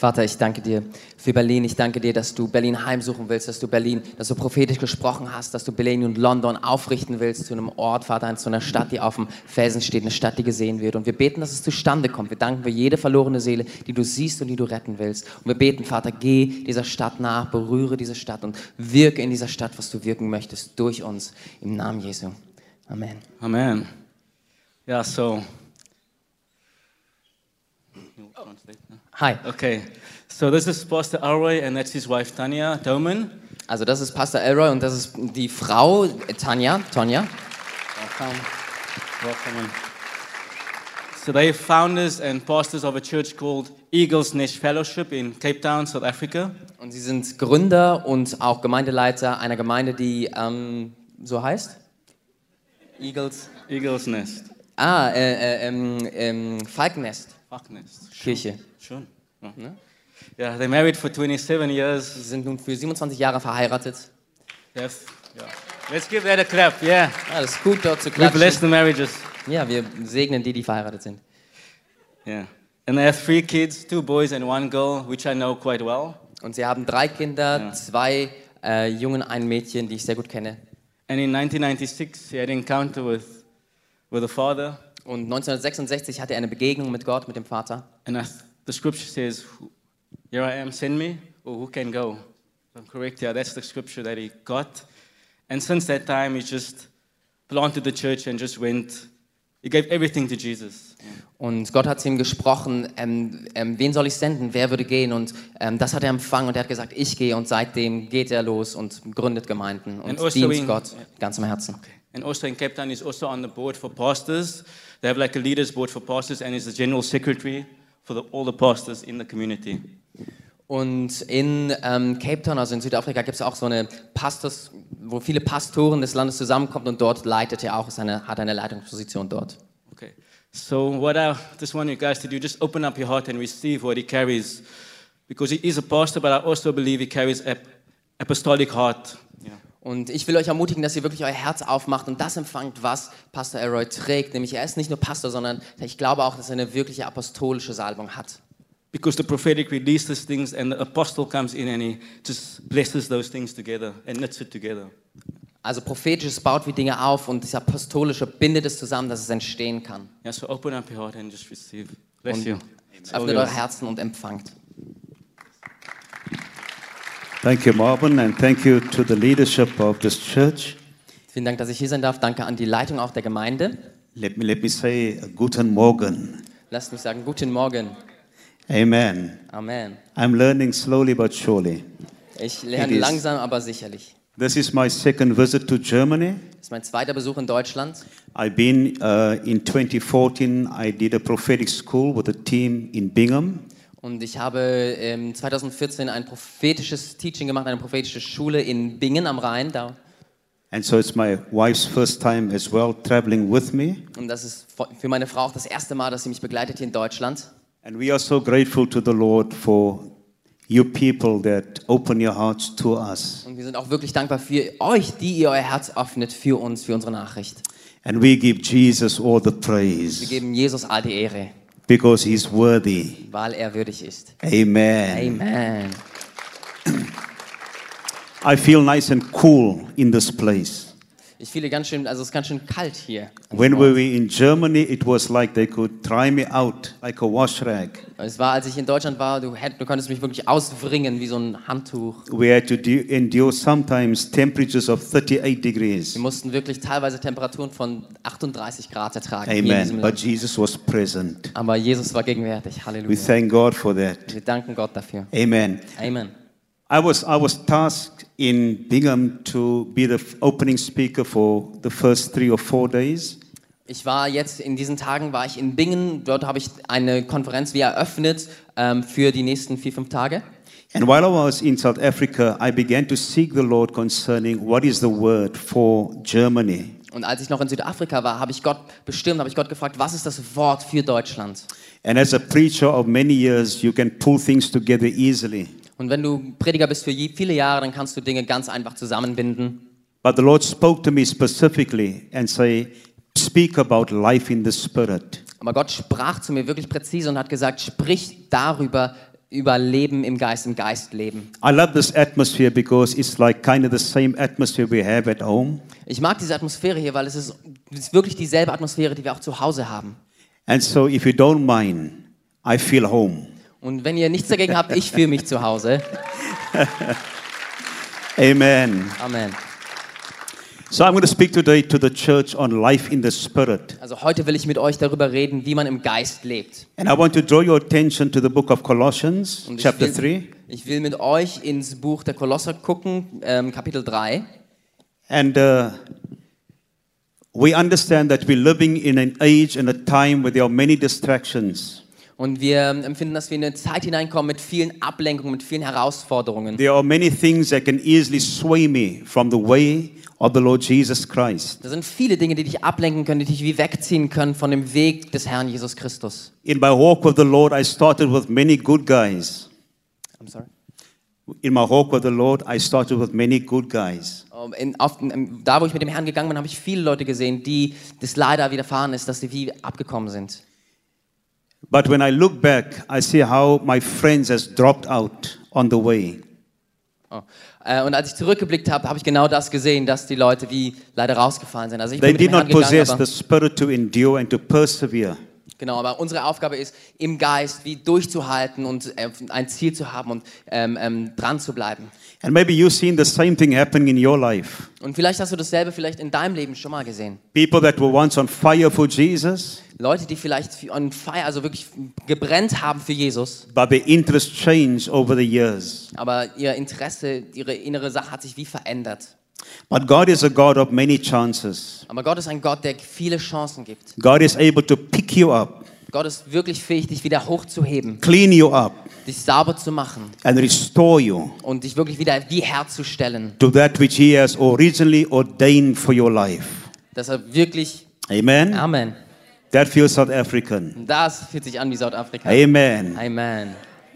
Vater, ich danke dir für Berlin. Ich danke dir, dass du Berlin heimsuchen willst, dass du Berlin, dass du prophetisch gesprochen hast, dass du Berlin und London aufrichten willst zu einem Ort, Vater, zu einer Stadt, die auf dem Felsen steht, eine Stadt, die gesehen wird. Und wir beten, dass es zustande kommt. Wir danken für jede verlorene Seele, die du siehst und die du retten willst. Und wir beten, Vater, geh dieser Stadt nach, berühre diese Stadt und wirke in dieser Stadt, was du wirken möchtest, durch uns. Im Namen Jesu. Amen. Amen. Yeah, so. Hi. Okay. So this is Pastor Arroy and that's his wife Tanya Doman. Also das ist Pastor Elroy und das ist die Frau äh, Tanja, Tonja. Welcome. Welcome. in. So they're founders and pastors of a church called Eagles Nest Fellowship in Cape Town, South Africa. Und sie sind Gründer und auch Gemeindeleiter einer Gemeinde, die ähm, so heißt? Eagles. Eagles Nest. Ah, äh, äh, ähm, ähm, Falkennest Fuck Nest. Schön. Kirche. Schön. Ja. Yeah, they married for 27 years. Sie sind nun für 27 Jahre verheiratet. Yes. Yeah. Let's give that a clap. Yeah. Ja, Ah, das ist gut dort zu We bless klatschen. the marriages. Ja, wir segnen die, die verheiratet sind. Yeah. And they have three kids, two boys and one girl, which I know quite well. Und sie haben drei Kinder, zwei äh, Jungen, ein Mädchen, die ich sehr gut kenne. And in 1996, he had an encounter with, with the father. Und 1966 hatte er eine Begegnung mit Gott, mit dem Vater. And I, the scripture says, "Who- Here I am, send me, or who can go? If I'm correct, yeah, that's the scripture that he got. And since that time, he just planted the church and just went. He gave everything to Jesus. Und Gott hat zu ihm gesprochen, ähm, ähm, wen soll ich senden, wer würde gehen? Und ähm, das hat er empfangen und er hat gesagt, ich gehe. Und seitdem geht er los und gründet Gemeinden und And also dient in- Gott mit ganzem Herzen. And also in Cape Town, he's also on the board for pastors. They have like a leaders board for pastors, and he's the general secretary for the, all the pastors in the community. Und in ähm, Cape Town, also in Südafrika, gibt es auch so eine Pastors, wo viele Pastoren des Landes zusammenkommen und dort leitet er auch, ist eine, hat eine Leitungsposition dort. Okay. So what I just want you guys to do, just open up your heart and receive what he carries. Because he is a pastor, but I also believe he carries ap- apostolic heart. Yeah. Und ich will euch ermutigen, dass ihr wirklich euer Herz aufmacht und das empfangt, was Pastor Elroy trägt. Nämlich er ist nicht nur Pastor, sondern ich glaube auch, dass er eine wirkliche apostolische Salbung hat. Because the prophetic releases things and the apostle comes in and he just blesses those things together and knits it together. Also prophetisches baut wie Dinge auf und das apostolische bindet es zusammen, dass es entstehen kann. Yeah, so open up your heart and just receive. Bless Und you. Öffnet eure Herzen und empfangt. Thank you, Marvin, and thank you to the leadership of this church. Vielen Dank, dass ich hier sein darf. Danke an die Leitung auch der Gemeinde. Let me, let me say, Guten Morgen. Lasst mich sagen, guten Morgen. Amen. Amen. I'm learning slowly but surely. Ich lerne It is. langsam, aber sicherlich. This is my second visit to Germany. Das ist mein zweiter Besuch in Deutschland. I've been uh, in 2014, I did a prophetic school with a team in Bingham. Und ich habe ähm, 2014 ein prophetisches Teaching gemacht, eine prophetische Schule in Bingen am Rhein. Da, And so it's my wife's first time as well traveling with me. und das ist vo- für meine Frau auch das erste Mal, dass sie mich begleitet hier in Deutschland. And we are so grateful to the Lord for you people that open your hearts to us. Und wir sind auch wirklich dankbar für euch, die ihr euer Herz öffnet für uns, für unsere Nachricht. And we give Jesus all the Wir praise geben Jesus all die Ehre, because he's worthy. weil er würdig ist. Amen. Amen. I feel nice and cool in this place. Ich fühle ganz schön, also es ist ganz schön kalt hier. When we were in Germany, it was like they could dry me out like a wash rag. Es war, als ich in Deutschland war, du, hätt, du konntest mich wirklich auswringen wie so ein Handtuch. We had to do, endure sometimes temperatures of 38 degrees. Wir mussten wirklich teilweise Temperaturen von 38 Grad ertragen. Hier in diesem Amen. But Land. Jesus was present. Aber Jesus war gegenwärtig. We Halleluja. thank God for that. Wir danken Gott dafür. Amen. Amen. I was, I was tasked in Bingham to be the f- opening speaker for the first three or four days. Ich war jetzt in diesen Tagen war ich in Bingen. Dort habe ich eine Konferenz wie eröffnet ähm, für die nächsten vier fünf Tage. And while I was in South Africa, I began to seek the Lord concerning what is the word for Germany. Und als ich noch in Südafrika war, habe ich Gott bestimmt, habe ich Gott gefragt, was ist das Wort für Deutschland? And as a preacher of many years, you can pull things together easily. Und wenn du Prediger bist für je- viele Jahre, dann kannst du Dinge ganz einfach zusammenbinden. But the Lord spoke to me specifically and say, speak about life in the spirit. Aber Gott sprach zu mir wirklich präzise und hat gesagt, sprich darüber, Überleben im Geist, im Geist leben. I love this atmosphere because it's like kind of the same atmosphere we have at home. Ich mag diese Atmosphäre hier, weil es ist, es ist wirklich dieselbe Atmosphäre, die wir auch zu Hause haben. And so, if you don't mind, I feel home. Und wenn ihr nichts dagegen habt, ich fühle mich zu Hause. Amen. Amen. So, I'm going to speak today to the church on life in the Spirit. Also heute will ich mit euch darüber reden, wie man im Geist lebt. And I want to draw your attention to the book of Colossians, Und ich chapter will- 3. Ich will mit euch ins Buch der Kolosser gucken, ähm, Kapitel 3. And uh, we understand that we're living in an age and a time where there are many distractions. Und wir ähm, empfinden, dass wir in eine Zeit hineinkommen mit vielen Ablenkungen, mit vielen Herausforderungen. There are many things that can easily sway me from the way of the Lord Jesus Christ. Da sind viele Dinge, die dich ablenken können, die dich wie wegziehen können von dem Weg des Herrn Jesus Christus. In my walk with the Lord, I started with many good guys. I'm sorry. In my walk with the Lord, I started with many good guys. Ähm, In, auf, in, da, wo ich mit dem Herrn gegangen bin, habe ich viele Leute gesehen, die das leider widerfahren ist, dass sie wie abgekommen sind. But when I look back, I see how my friends has dropped out on the way. Oh. Äh, Und als ich zurückgeblickt habe, habe ich genau das gesehen, dass die Leute wie leider rausgefallen sind. Also ich bin They mit did dem Herrn not possess gegangen, the aber, spirit to endure and to persevere. genau, aber unsere Aufgabe ist, im Geist wie durchzuhalten und äh, ein Ziel zu haben und ähm, ähm, dran zu bleiben. And maybe you've seen the same thing happening in your life. Und vielleicht hast du dasselbe vielleicht in deinem Leben schon mal gesehen. People that were once on fire for Jesus, Leute, die vielleicht on fire, also wirklich gebrennt haben für Jesus, but their interests changed over the years. aber ihr Interesse, ihre innere Sache hat sich wie verändert. But God is a God of many chances. Aber Gott ist ein Gott, der viele Chancen gibt. God is able to pick you up, Gott ist wirklich fähig, dich wieder hochzuheben, clean you up, dich sauber zu machen and restore you und dich wirklich wieder wie herzustellen, to that which He has originally ordained for your life. dass er wirklich, Amen. Amen. That feels South African. Und Das fühlt sich an wie Südafrika. Amen. Amen.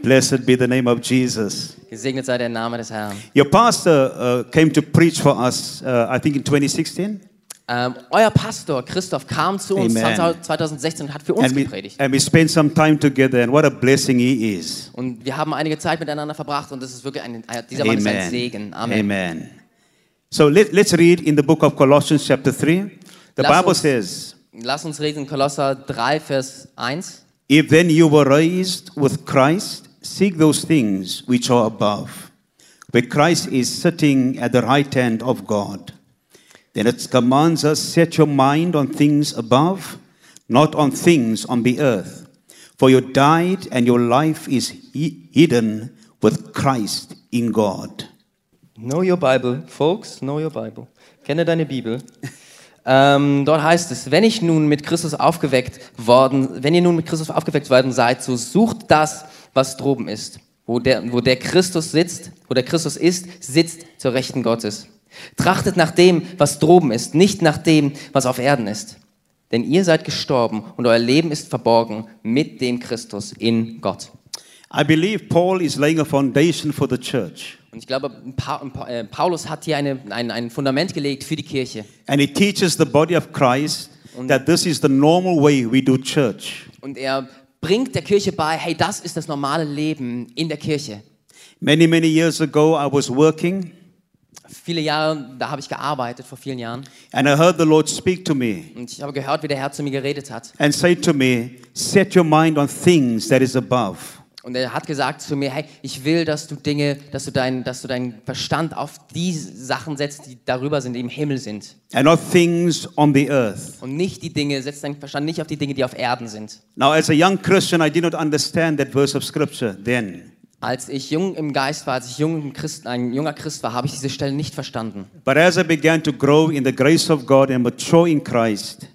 Blessed be the name of Jesus. Gesegnet sei der Name des Herrn. Your pastor uh, came to preach for us, uh, I think in 2016. Ähm, euer Pastor Christoph kam zu uns Amen. 20- 2016 und hat für uns And we, gepredigt. and we spent some time together, and what a blessing he is. Und wir haben einige Zeit miteinander verbracht und das ist wirklich ein, ein- dieser Mann ist ein Segen. Amen. Amen. So let, let's read in the book of Colossians, chapter 3. The Lass Bible uns- says, Lass uns reden, Kolosser 3, Vers 1. If then you were raised with Christ, seek those things which are above, where Christ is sitting at the right hand of God. Then it commands us, set your mind on things above, not on things on the earth. For you died, and your life is he- hidden with Christ in God. Know your Bible, folks, know your Bible. Kenne deine Bibel. Ähm, dort heißt es, wenn ich nun mit Christus aufgeweckt worden, wenn ihr nun mit Christus aufgeweckt worden seid, so sucht das, was droben ist. Wo der, wo der Christus sitzt, wo der Christus ist, sitzt zur Rechten Gottes. Trachtet nach dem, was droben ist, nicht nach dem, was auf Erden ist. Denn ihr seid gestorben und euer Leben ist verborgen mit dem Christus in Gott. I believe Paul is laying a foundation for the church. Und ich glaube, pa Pa- äh, Paulus hat hier eine, ein, ein Fundament gelegt für die Kirche. And he teaches the body of Christ that this is the normal way we do church. Und er bringt der Kirche bei, hey, das ist das normale Leben in der Kirche. Many, many years ago, I was working Viele Jahre, da habe ich gearbeitet, vor vielen Jahren. and I heard the Lord speak to me Und ich habe gehört, wie der Herr zu mir geredet hat. and say to me, Set your mind on things that is above. Und er hat gesagt zu mir, hey, ich will, dass du Dinge, dass du deinen dass du deinen Verstand auf die Sachen setzt, die darüber sind, die im Himmel sind. and not things on the earth. Und nicht die Dinge, setzt deinen Verstand nicht auf die Dinge, die auf Erden sind. Now, as a young Christian, I did not understand that verse of scripture then. Als ich jung im Geist war, als ich jung im Christ, ein junger Christ war, habe ich diese Stelle nicht verstanden. But as I began to grow in the grace of God and mature in Christ,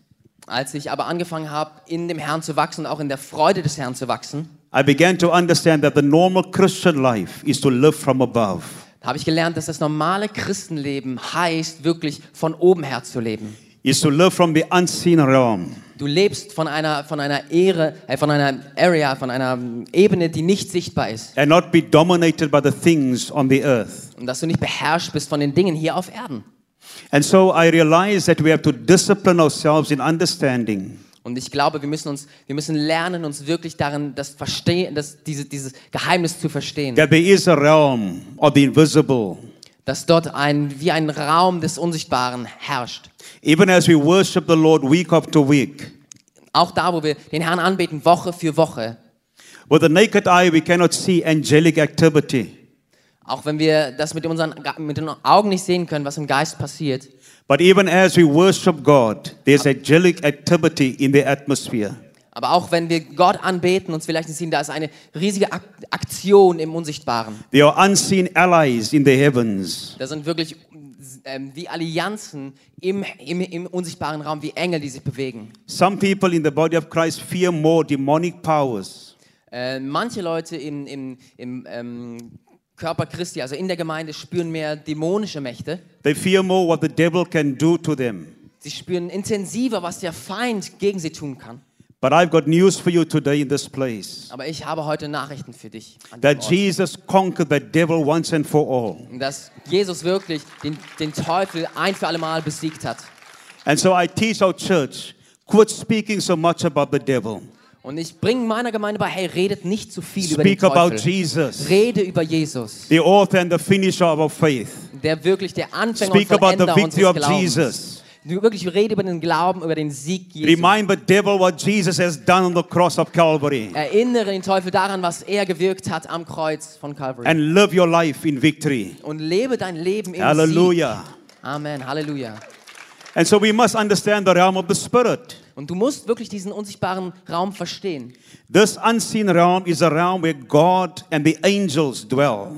Als ich aber angefangen habe, in dem Herrn zu wachsen und auch in der Freude des Herrn zu wachsen, I began to understand that the normal Christian life is to live from above. Da habe ich gelernt, dass das normale Christenleben heißt, wirklich von oben her zu leben. is to live from the unseen realm. Du lebst von einer, von einer Ehre, äh, von einer Area, von einer Ebene, die nicht sichtbar ist. and not be dominated by the things on the earth. Und dass du nicht beherrscht bist von den Dingen hier auf Erden. And so I realized that we have to discipline ourselves in understanding Und Und ich glaube, wir müssen, uns, wir müssen lernen, uns wirklich darin, das verstehen, das, diese, dieses Geheimnis zu verstehen. That there is a realm of the invisible. Dass dort ein, wie ein Raum des Unsichtbaren herrscht. Even as we worship the Lord week after week, Auch da, wo wir den Herrn anbeten, Woche für Woche. with the naked eye we cannot see angelic activity. Auch wenn wir das mit, unseren, mit den Augen nicht sehen können, was im Geist passiert. But even as we worship God, there's angelic activity in the atmosphere. Aber auch wenn wir Gott anbeten, uns vielleicht nicht sehen, da ist eine riesige Ak Aktion im Unsichtbaren. There are unseen allies in the heavens. Da sind wirklich ähm, wie Allianzen im, im, im unsichtbaren Raum, wie Engel, die sich bewegen. Some people in the body of Christ fear more demonic powers Äh, manche Leute im, im, im ähm, Körper Christi, also in der Gemeinde, spüren mehr dämonische Mächte. They fear more what the devil can do to them. Sie spüren intensiver, was der Feind gegen sie tun kann. But I've got news for you today in this place Aber ich habe heute Nachrichten für dich. an that diesem Ort. Jesus conquered the devil once and for all. Dass Jesus wirklich den, den Teufel ein für alle Mal besiegt hat. And so I teach our church quit speaking so much about the devil, Und ich bringe meiner Gemeinde bei, hey, redet nicht zu viel über den speak about Teufel. Jesus, Rede über Jesus, the author and the finisher of our faith. der wirklich der Anfänger Speak und about the Vollender victory unseres of Glaubens. Jesus. Du wirklich rede über den Glauben, über den Sieg Jesu. Remind the devil what Jesus has done on the cross of Calvary Erinnere den Teufel daran, was er gewirkt hat am Kreuz von Calvary. and live your life in victory. und lebe dein Leben im Hallelujah. Sieg. Amen, Halleluja. And so we must understand the realm of the spirit. Und du musst wirklich diesen unsichtbaren Raum verstehen. This unseen realm is a realm where God and the angels dwell.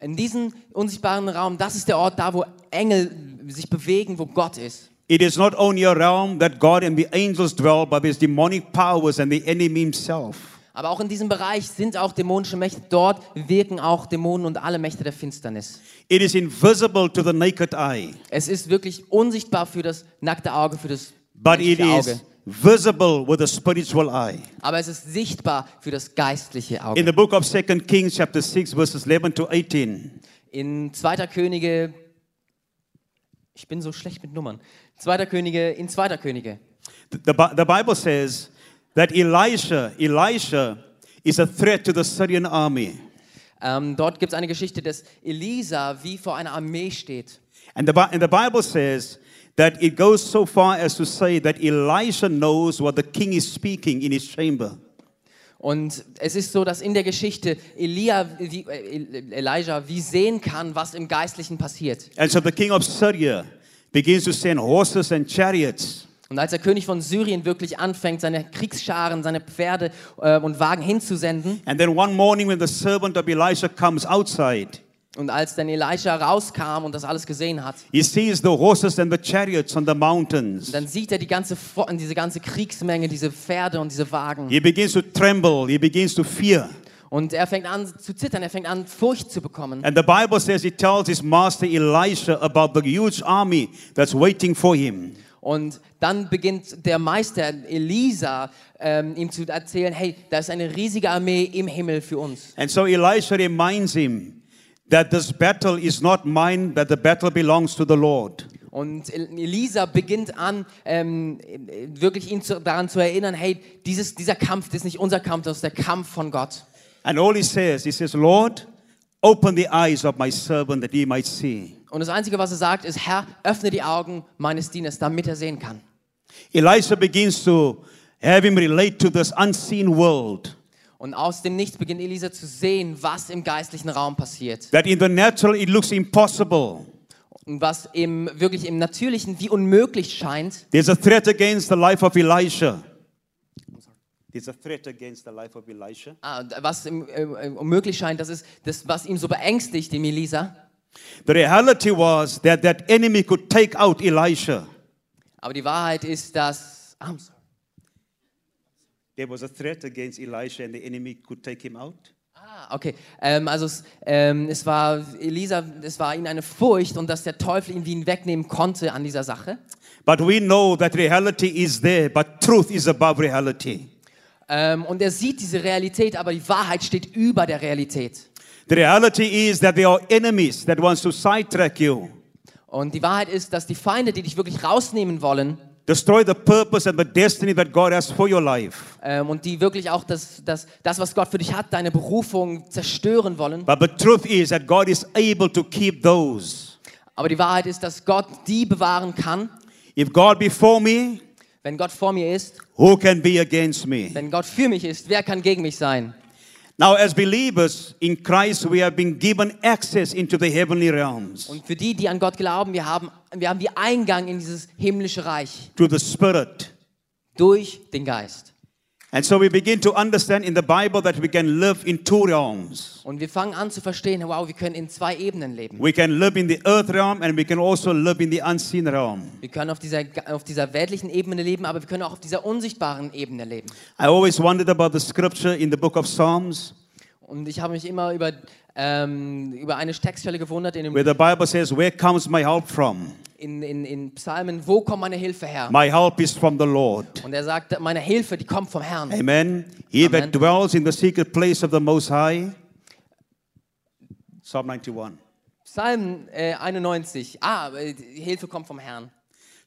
In diesem unsichtbaren Raum, das ist der Ort da, wo Engel sich bewegen, wo Gott ist. It is not only a realm that God and the angels dwell, but there's demonic powers and the enemy himself. Aber auch in diesem Bereich sind auch dämonische Mächte. Dort wirken auch Dämonen und alle Mächte der Finsternis. It is invisible to the naked eye, Es ist wirklich unsichtbar für das nackte Auge, für das but it menschliche is Auge. visible with the spiritual eye. Aber es ist sichtbar für das geistliche Auge. In the book of 2 Kings, chapter 6, verses 11 to 18, In 2. Könige, ich bin so schlecht mit Nummern. 2. Könige, in 2. Könige. the, Bi- the Bible says that Elisha, Elisha is a threat to the Syrian army. Ähm, dort gibt es eine Geschichte, dass Elisa wie vor einer Armee steht. And the, Bi- and the Bible says that it goes so far as to say that Elisha knows what the king is speaking in his chamber. Und es ist so, dass in der Geschichte Elia, wie, äh, Elijah wie sehen kann, was im Geistlichen passiert. And so the king of Syria begins to send horses and chariots. Und als der König von Syrien wirklich anfängt, seine Kriegsscharen, seine Pferde äh, und Wagen hinzusenden, And then one morning, when the servant of Elisha comes outside, und als dann Elisha rauskam und das alles gesehen hat, he sees the horses and the chariots on the mountains. dann sieht er die ganze, Fo- diese ganze Kriegsmenge, diese Pferde und diese Wagen. He begins to tremble, he begins to fear. Und er fängt an zu zittern, er fängt an Furcht zu bekommen. And the Bible says he tells his master Elisha about the huge army that's waiting for him. Und dann beginnt der Meister Elisa ähm, ihm zu erzählen, hey, da ist eine riesige Armee im Himmel für uns. And so Elisha reminds him that this battle is not mine, that the battle belongs to the Lord. Und El- Elisa beginnt an, ähm, äh, wirklich ihn zu, daran zu erinnern, hey, dieses, dieser Kampf das ist nicht unser Kampf, das ist der Kampf von Gott. And all he says, he says, Lord, open the eyes of my servant that he might see. Und das Einzige, was er sagt, ist, Herr, öffne die Augen meines Dieners, damit er sehen kann. Elisha begins to have him relate to this unseen world, Und aus dem Nichts beginnt Elisa zu sehen, was im geistlichen Raum passiert. that in the natural it looks impossible. Und was im, wirklich im Natürlichen wie unmöglich scheint, There's a threat against the life of Elisha. There's a threat against the life of Elisha. Ah, d- was ihm äh, äh, unmöglich scheint, das ist das, was ihm so beängstigt, dem Elisa. The reality was that that enemy could take out Elisha. Aber die Wahrheit ist, dass. Ah, I'm sorry. There was a threat against Elisha, and the enemy could take him out. Ah, okay. Ähm, also, es, ähm, es war Elisa, es war ihn eine Furcht und dass der Teufel ihn wie ihn wegnehmen konnte an dieser Sache. But we know that reality is there, but truth is above reality. Ähm, und er sieht diese Realität, aber die Wahrheit steht über der Realität. The reality is that there are enemies that wants to sidetrack you. Und die Wahrheit ist, dass die Feinde, die dich wirklich rausnehmen wollen, destroy the purpose and the destiny that God has for your life ähm, und die wirklich auch das, das, das, was Gott für dich hat, deine Berufung zerstören wollen. but the truth is that God is able to keep those Aber die Wahrheit ist, dass Gott die bewahren kann. if God be for me Wenn Gott vor mir ist, who can be against me wenn Gott für mich ist, wer kann gegen mich sein? now as believers in Christ we have been given access into the heavenly realms Und für die, die an Gott glauben, wir haben, wir haben die Eingang in dieses himmlische Reich to the spirit durch den Geist. and so we begin to understand in the Bible that we can live in two realms Und wir fangen an zu verstehen, wow, wir können in zwei Ebenen leben. we can live in the earth realm and we can also live in the unseen realm Wir können auf dieser, auf dieser weltlichen Ebene leben, aber wir können auch auf dieser unsichtbaren Ebene leben. I always wondered about the scripture in the book of Psalms Und ich habe mich immer über, ähm, über eine Textstelle gewundert in, dem, where the Bible says, Where comes my help from? in, in, in Psalmen, wo kommt meine Hilfe her? My help is from the Lord. Und er sagt, meine Hilfe, die kommt vom Herrn. Amen. He Amen. that dwells in the secret place of the Most High. Psalm 91. Psalm äh, 91, ah, äh, die Hilfe kommt vom Herrn.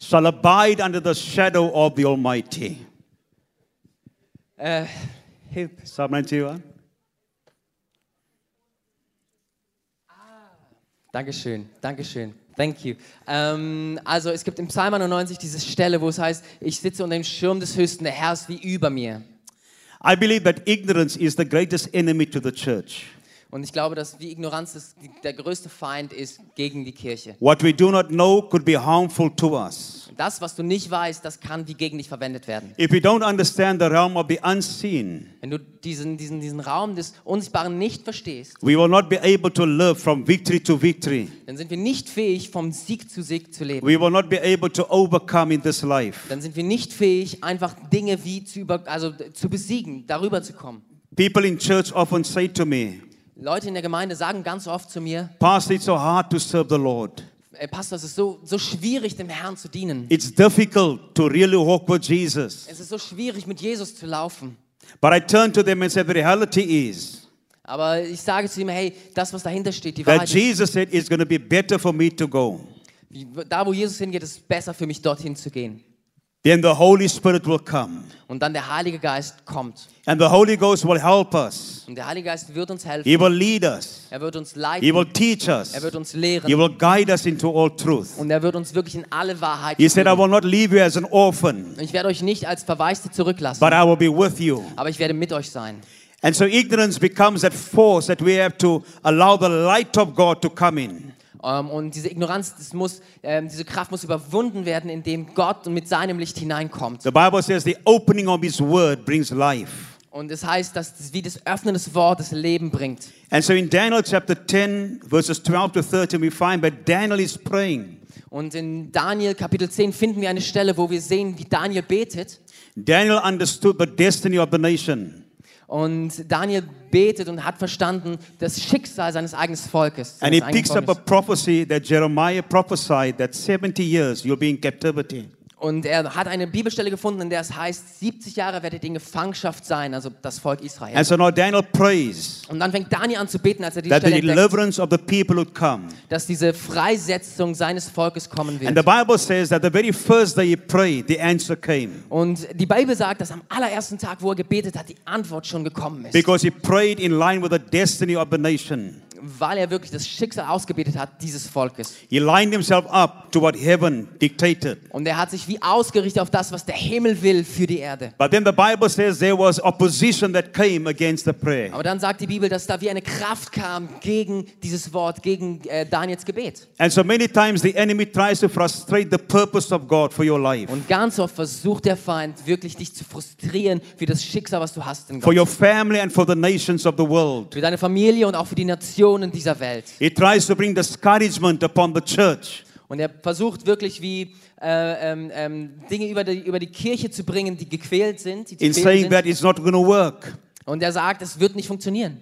Shall abide under the shadow of the Almighty. Äh, Hilfe. Psalm 91. Dankeschön, Dankeschön. Thank you. Ähm, also es gibt im Psalm 91 diese Stelle, wo es heißt, ich sitze unter dem Schirm des Höchsten, der Herr ist wie über mir. I believe that ignorance is the greatest enemy to the church. Und ich glaube, dass die Ignoranz das, die, der größte Feind ist gegen die Kirche. What we do not know could be harmful to us. Das, was du nicht weißt, das kann die gegen dich verwendet werden. If we don't understand the realm of the unseen, Wenn du diesen, diesen, diesen Raum des Unsichtbaren nicht verstehst, we will not be able to live from victory to victory. dann sind wir nicht fähig, vom Sieg zu Sieg zu leben. We will not be able to overcome in this life. Dann sind wir nicht fähig, einfach Dinge wie zu, über, also, zu besiegen, darüber zu kommen. People in church often say to me, Leute in der Gemeinde sagen ganz oft zu mir, Pastor, it's so hard to serve the Lord. Ey, Pastor, es ist so, so schwierig, dem Herrn zu dienen. It's difficult to really walk with Jesus. Es ist so schwierig, mit Jesus zu laufen. But I turn to them and say, The reality is Aber ich sage zu ihm, hey, das, was dahinter steht, die that Wahrheit, ist, Jesus said it's going to be better for me to go. wie- da, wo Jesus hingeht, ist es besser für mich, dorthin zu gehen. Then the Holy Spirit will come, Und dann der Heilige Geist kommt. and the Holy Ghost will help us. Und der Heilige Geist wird uns helfen. He will lead us, Er wird uns He will leiten. teach Er us, wird uns He lehren. will guide us into all truth. Und er wird uns wirklich in alle Wahrheit He said, I führen. will not leave you as an orphan, Ich werde euch nicht als Verwaiste zurücklassen, but I will be with you. aber ich werde mit euch sein. And so ignorance becomes that force that we have to allow the light of God to come in. Ähm, und diese Ignoranz, das muss, ähm, diese Kraft muss überwunden werden, indem Gott mit seinem Licht hineinkommt. The Bible says the opening of His Word brings life. Und es heißt, dass das, wie das Öffnen des Wortes Leben bringt. And so in Daniel chapter 10, verses 12 to 13, we find that Daniel is praying. Und in Daniel Kapitel 10 finden wir eine Stelle, wo wir sehen, wie Daniel betet. Daniel understood the destiny of the nation. Und Daniel betet und hat verstanden das Schicksal seines eigenen Volkes. And he Seines eigenen picks up a Volkes. prophecy that Jeremiah prophesied that 70 years you'll be in captivity. Und er hat eine Bibelstelle gefunden, in der es heißt, 70 Jahre werdet ihr in Gefangenschaft sein, also das Volk Israel. And so now Daniel prays Und dann fängt Daniel an zu beten, als er die that the Stelle entdeckt, deliverance of the people would come. dass diese Freisetzung seines Volkes kommen And the wird. Bible says that the very first day he prayed, the answer came. Und die Bibel sagt, dass am allerersten Tag, wo er gebetet hat, die Antwort schon gekommen ist. Because he prayed in line with the destiny of the nation. weil er wirklich das Schicksal ausgebetet hat dieses Volkes. He lined himself up to what heaven dictated. Und er hat sich wie ausgerichtet auf das, was der Himmel will für die Erde. But then the Bible says there was opposition that came against the prayer. Aber dann sagt die Bibel, dass da wie eine Kraft kam gegen dieses Wort, gegen äh, Daniels Gebet. And so many times the enemy tries to frustrate the purpose of God for your life, Und ganz oft versucht der Feind wirklich dich zu frustrieren für das Schicksal, was du hast in for Gott. your family and for the nations of the world. Für deine Familie und auch für die Nationen dieser Welt. He tries to bring discouragement upon the church. Und er versucht wirklich wie äh, ähm, ähm, Dinge über die, über die Kirche zu bringen, die gequält sind. Die zu In quälen saying sind. that it's not going to work. Und er sagt, es wird nicht funktionieren.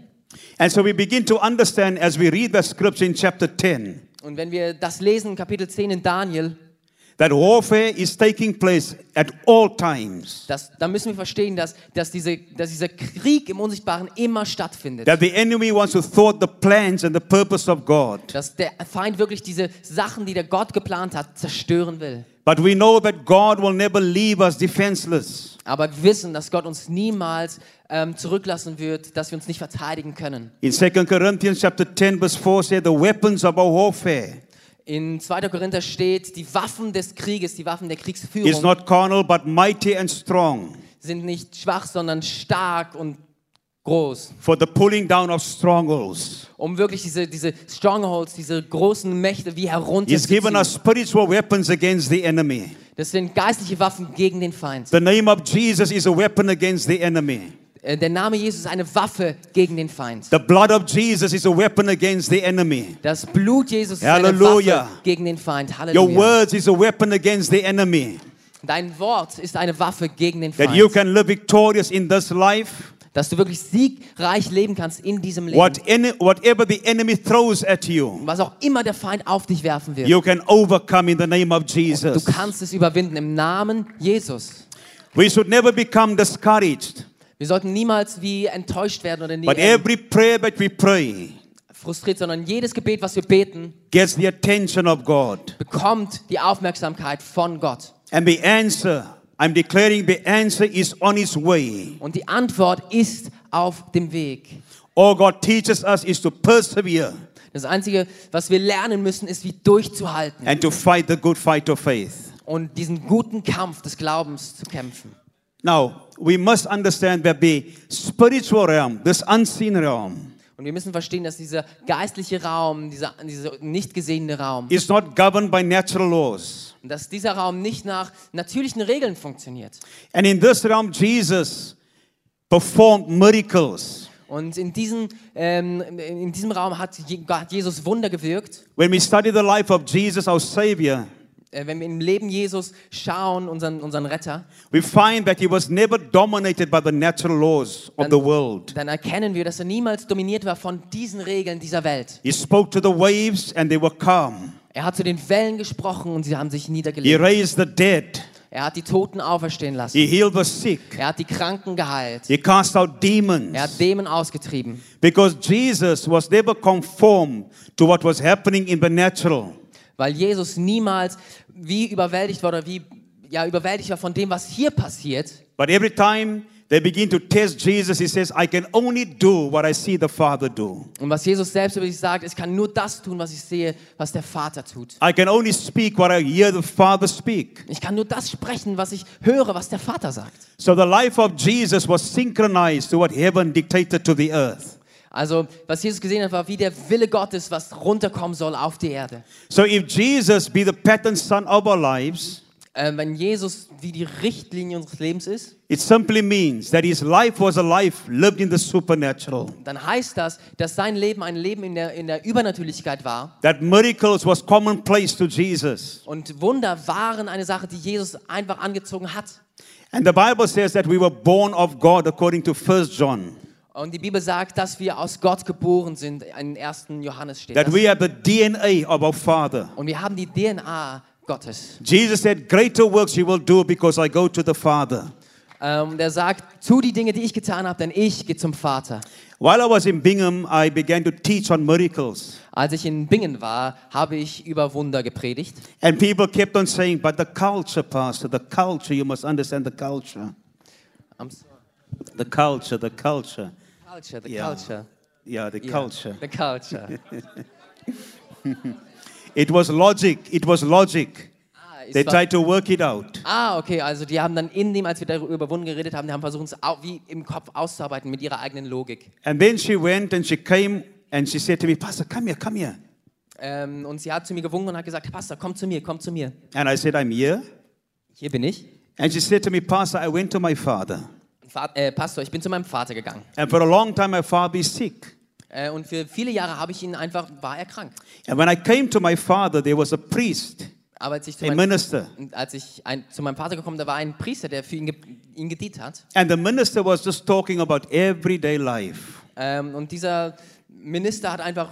And so we begin to understand as we read the scripture in chapter 10 Und wenn wir das lesen, Kapitel 10 in Daniel, That warfare is taking place at all times. Das, da müssen wir verstehen, dass, dass, diese, dass dieser Krieg im Unsichtbaren immer stattfindet. That the enemy wants to thwart the plans and the purpose of God. Dass der Feind wirklich diese Sachen, die der Gott geplant hat, zerstören will. But we know that God will never leave us defenseless. Aber wir wissen, dass Gott uns niemals ähm, zurücklassen wird, dass wir uns nicht verteidigen können. In 2 Corinthians chapter 10 verse 4 says the weapons of our warfare In 2. Korinther steht, die Waffen des Krieges, die Waffen der is Kriegsführung not carnal but mighty and strong sind nicht schwach, sondern stark und groß, for the pulling down of strongholds. um wirklich diese, diese Strongholds, diese großen Mächte wie He's herunterzuziehen. given us spiritual weapons against the enemy. Das sind geistliche Waffen gegen den Feind. The name of Jesus is a weapon against the enemy. Äh, Der Name Jesus ist eine Waffe gegen den Feind. The blood of Jesus is a weapon against the enemy. Das Blut Jesus ist Halleluja. eine Waffe gegen den Feind. Your Halleluja. words is a weapon against the enemy. Dein Wort ist eine Waffe gegen den That you Feind. can live victorious in this life. Dass du wirklich siegreich leben kannst in diesem Leben. What any, whatever the enemy throws at you, Was auch immer der Feind auf dich werfen wird. you can overcome in the name of Du Jesus. kannst es überwinden im Namen Jesus. We should never become discouraged. Wir sollten niemals wie enttäuscht werden oder nie But ähm, every prayer that we pray frustriert, sondern jedes Gebet, was wir beten, gets the attention of God. bekommt die Aufmerksamkeit von Gott. And the answer, I'm declaring the answer is on its way. Und die Antwort ist auf dem Weg. All God teaches us is to persevere Das Einzige, was wir lernen müssen, ist, wie durchzuhalten and to fight the good fight of faith. und diesen guten Kampf des Glaubens zu kämpfen. Now, we must understand that the spiritual realm, this unseen realm, Und wir müssen verstehen, dass dieser geistliche Raum, dieser, dieser nicht gesehene Raum, is not governed by natural laws. dass dieser Raum nicht nach natürlichen Regeln funktioniert. And in this realm, Jesus performed miracles. Und in, diesen, ähm, in diesem Raum hat, Je- hat Jesus Wunder gewirkt. When we study the life of Jesus, our Savior, Äh, wenn wir im Leben Jesus schauen, unseren, unseren Retter, we find that he was never dominated by the natural laws of the world. dann erkennen wir, dass er niemals dominiert war von diesen Regeln dieser Welt. He spoke to the waves and they were calm. Er hat zu den Wellen gesprochen und sie haben sich He niedergelegt. raised the dead. Er hat die Toten auferstehen lassen. He healed the sick. Er hat die Kranken geheilt. He cast out Er hat demons. Dämonen ausgetrieben. Because Jesus was never conformed to what was happening in the natural. Weil Jesus niemals wie überwältigt war oder wie ja, überwältigt war von dem, was hier passiert. But every time they begin to test Jesus, he says, I can only do what I see the Father do. Und was Jesus selbst über sich sagt, ich kann nur das tun, was ich sehe, was der Vater tut. I can only speak what I hear the Father speak. Ich kann nur das sprechen, was ich höre, was der Vater sagt. So the life of Jesus was synchronized to what heaven dictated to the earth. Also, was Jesus gesehen hat, war wie der Wille Gottes, was runterkommen soll auf die Erde. So if Jesus be the pattern son of our lives, Ähm, wenn Jesus wie die Richtlinie unseres Lebens ist, it simply means that his life was a life lived in the supernatural. dann heißt das, dass sein Leben ein Leben in der, in der Übernatürlichkeit war. That miracles was commonplace to Jesus. Und Wunder waren eine Sache, die Jesus einfach angezogen hat. And the Bible says that we were born of God according to 1 John. Und die Bibel sagt, dass wir aus Gott geboren sind, in 1. Johannes steht. That Das. we have the DNA of our Father. Und wir haben die DNA Gottes. Jesus said, Greater works you will do because I go to the Father. Ähm, der sagt, tu die Dinge, die ich getan habe, denn ich gehe zum Vater. While I was in Bingham, I began to teach on miracles. Als ich in Bingen war, habe ich über Wunder gepredigt. And people kept on saying, But the culture, Pastor, the culture, you must understand the culture. I'm sorry. The culture, the culture. Culture, the Yeah. culture. Yeah, the Yeah, culture. The culture. It was logic. It was logic. Ah, They es war, tried to work it out. ah, okay, also die haben dann in dem, als wir darüber über Wunder geredet haben, die haben versucht, es au- wie im Kopf auszuarbeiten mit ihrer eigenen Logik. And then she went and she came and she said to me, Pastor, come here, come here. Ähm, und sie hat zu mir gewunken und hat gesagt, Pastor, komm zu mir, komm zu mir. And I said, I'm here. Hier bin ich. And she said to me, Pastor, I went to my father. Fa- äh, Pastor, ich bin zu meinem Vater gegangen. And for a long time, my father is sick. Äh, und für viele Jahre habe ich ihn einfach, war er krank. And when I came to my father, there was a priest, Aber als ich zu, a mein, minister. als ich ein, zu meinem Vater gekommen, da war ein Priester, der für ihn, ge ihn gedient hat. And the minister was just talking about everyday life. Ähm, und dieser Minister hat einfach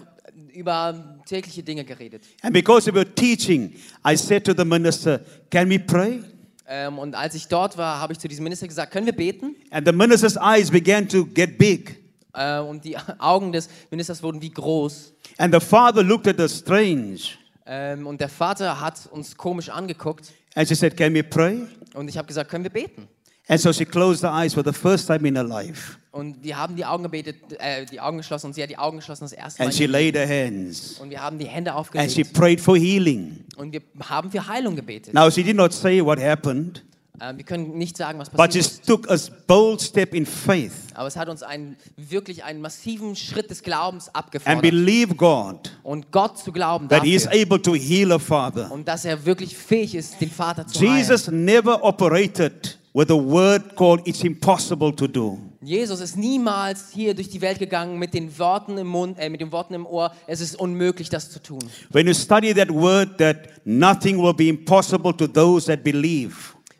über tägliche Dinge geredet. And because of your teaching, I said to the minister, Can we pray? Ähm, und als ich dort war, habe ich zu diesem Minister gesagt, können wir beten? And the minister's eyes began to get big. Äh, und die Augen des Ministers wurden wie groß. And the father looked at us strange. Ähm, und der Vater hat uns komisch angeguckt. And she said, Can we pray? Und ich habe gesagt, können wir beten? And so she closed her eyes for the first time in her life. Und wir haben die Augen gebetet, äh, die Augen geschlossen und sie hat die Augen geschlossen das erste Mal. And she laid her hands. und wir haben die Hände And she aufgelegt prayed for healing. und wir haben für Heilung gebetet. Now, she did not say what happened, Äh, wir können nicht sagen, was but passiert she ist. took a bold step in faith Aber es hat uns einen, wirklich einen massiven Schritt des Glaubens and abgefordert. believe God Und Gott zu glauben that He is dafür. able to heal her father. Und dass er wirklich fähig ist, den Vater zu heilen. Jesus never operated with a word called it's impossible to do. Jesus ist niemals hier durch die Welt gegangen mit den Worten im Mund, äh, mit den Worten im Ohr, es ist unmöglich, das zu tun. When you study that word, that nothing will be impossible to those that believe,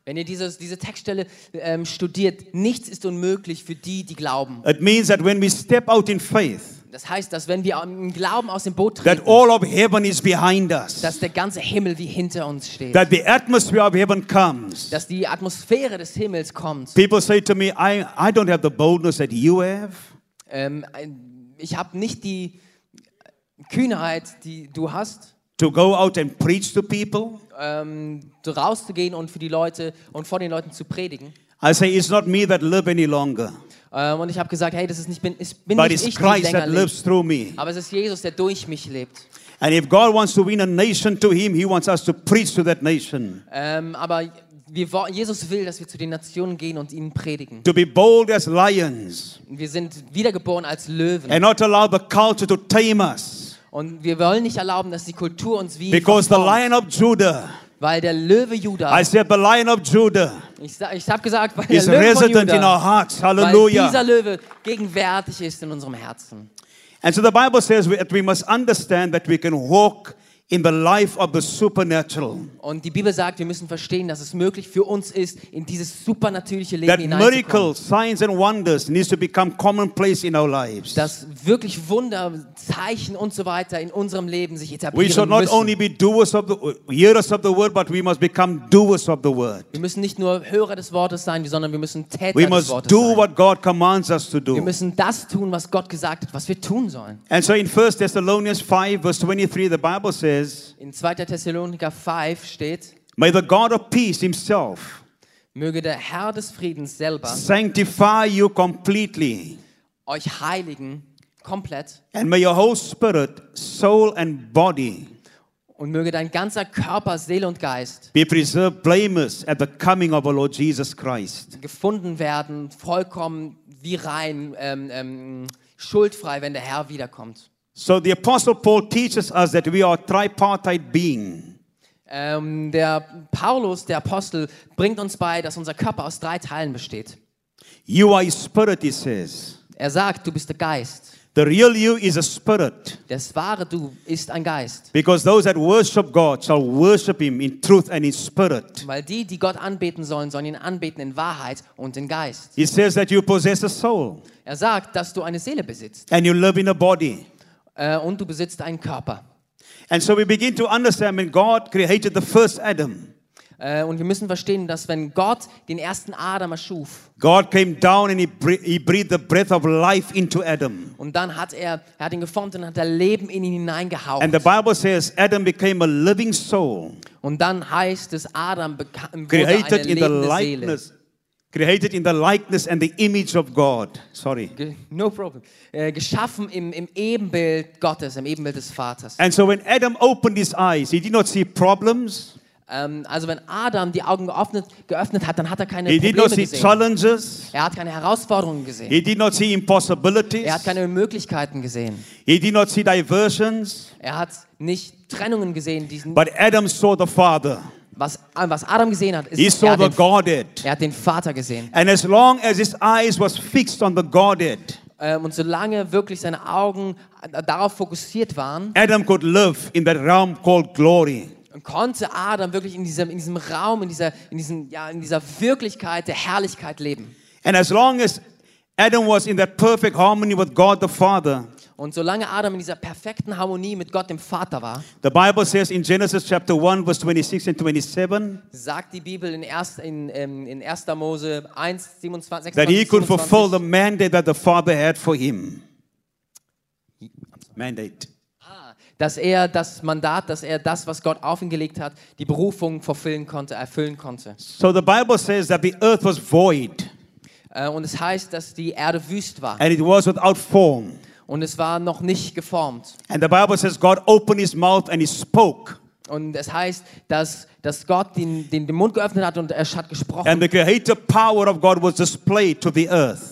Wenn ihr dieses, diese Textstelle ähm, studiert, nichts ist unmöglich für die, die glauben. it means that when we step out in faith, Das heißt, dass wenn wir im Glauben aus dem Boot that treten, all of heaven is behind us, dass der ganze Himmel wie hinter uns steht, that the atmosphere of heaven comes. dass die Atmosphäre des Himmels kommt. People say to me, I, I don't have the boldness that you have. Ähm, ein- ich habe nicht die Kühnheit, die du hast, to go out and preach to people. ähm, rauszugehen und für die Leute und vor den Leuten zu predigen. I say, it's not me that live any longer, Ähm, und ich habe gesagt, hey, das ist nicht bin, ich bin but nicht it's ich, der Christ länger that lebt, lives through me. aber es ist Jesus, der durch mich lebt. And if God wants to win a nation to Him, He wants us to preach to that nation. Ähm, aber wir, wo- Jesus will, dass wir zu den Nationen gehen und ihnen predigen. To be bold as lions Wir sind wiedergeboren als Löwen and not allow the culture to tame us. und wir wollen nicht erlauben, dass die Kultur uns wie Because the verformt. lion of Judah, weil der Löwe I Juda, said, the lion of Judah ich, sa- ich habe gesagt, weil der is Löwe von resident in Juda our hearts. Weil dieser Hallelujah. Löwe gegenwärtig ist in unserem Herzen. And so the Bible says we- that we must understand that we can walk in the life of the supernatural. Und die Bibel sagt, wir müssen verstehen, dass es möglich für uns ist, in dieses supernatürliche Leben that hineinzukommen. miracles, signs, and wonders needs to become commonplace in our lives. Dass wirklich Wunder, Zeichen und so weiter in unserem Leben sich We should etablieren not only müssen. be doers of the hearers of the word, but we must become doers of the word. Wir müssen nicht nur Hörer des Wortes sein, sondern wir müssen Täter We des must Wortes do sein. what God commands us to wir do. müssen das tun, was Gott gesagt hat, was wir tun sollen. And so in 1 Thessalonians 5, verse 23, the Bible says, In 2. Thessaloniker 5 steht, May the God of peace himself möge der Herr des Friedens selber sanctify you completely, euch heiligen, komplett, and may your whole spirit, soul, and body und möge dein ganzer Körper, Seele und Geist be preserved blameless at the coming of our Lord Jesus Christ. gefunden werden, vollkommen wie rein, ähm, ähm, schuldfrei, wenn der Herr wiederkommt. So the Apostle Paul teaches us that we are tripartite being. Ähm, der Paulus, der Apostel, bringt uns bei, dass unser Körper aus drei Teilen besteht. You are a spirit, he says. Er sagt, du bist der Geist. The real you is a spirit. Das wahre Du ist ein Geist. Because those that worship God shall worship him in truth and in spirit. Weil die, die Gott anbeten sollen, sollen ihn anbeten in Wahrheit und in Geist. He says that you possess a soul Er sagt, dass du eine Seele besitzt and you live in a body. äh, und du besitzt einen Körper. And so we begin to understand when God created the first Adam, Äh, und wir müssen verstehen, dass wenn Gott den ersten Adam erschuf, God came down and he, bre- he breathed the breath of life into Adam. Und dann hat er, er hat ihn geformt und hat er Leben in ihn hineingehaucht. And the Bible says Adam became a living soul, und dann heißt es, Adam bekam wurde eine created in the lebende Seele. likeness, created in the likeness and the image of God. Sorry. Ge- No problem. Äh, geschaffen im, im Ebenbild Gottes, im Ebenbild des Vaters. And so when Adam opened his eyes, he did not see problems, Ähm, also wenn Adam die Augen geöffnet, geöffnet hat, dann hat er keine he did not Probleme see gesehen. challenges, Er hat keine Herausforderungen gesehen. he did not see Er hat impossibilities, keine Möglichkeiten gesehen. he did not see diversions, Er hat nicht Trennungen gesehen. Diesen, but Adam saw the Father. was, was Adam gesehen hat, He ist, er saw hat, the den, Godhead. er hat den Vater gesehen. And as long as his eyes was fixed on the Godhead, Ähm, und solange wirklich seine Augen äh, darauf fokussiert waren, Adam could live in that realm called glory. konnte Adam wirklich in diesem, in diesem Raum, in dieser, in, diesem, ja, in dieser Wirklichkeit der Herrlichkeit leben. And as long as Adam was in that perfect harmony with God the Father, Und solange Adam in dieser perfekten Harmonie mit Gott dem Vater war, The Bible says in Genesis chapter 1, verse 26 and 27, sagt die Bibel in, erst, in, ähm, in 1. Mose 1, 27, 26, that he could fulfill 27, the mandate that the Father had for him. Mandate. dass er das Mandat, dass er das, was Gott auf ihn gelegt hat, die Berufung verfüllen konnte, erfüllen konnte. So the Bible says that the earth was void Äh, Und es heißt, dass die Erde wüst war and it was without form. und es war noch nicht geformt. And the Bible says God opened his mouth and he spoke. Und es heißt, dass, dass Gott den, den, den Mund geöffnet hat und er hat And gesprochen. the creative power of God was displayed to the earth.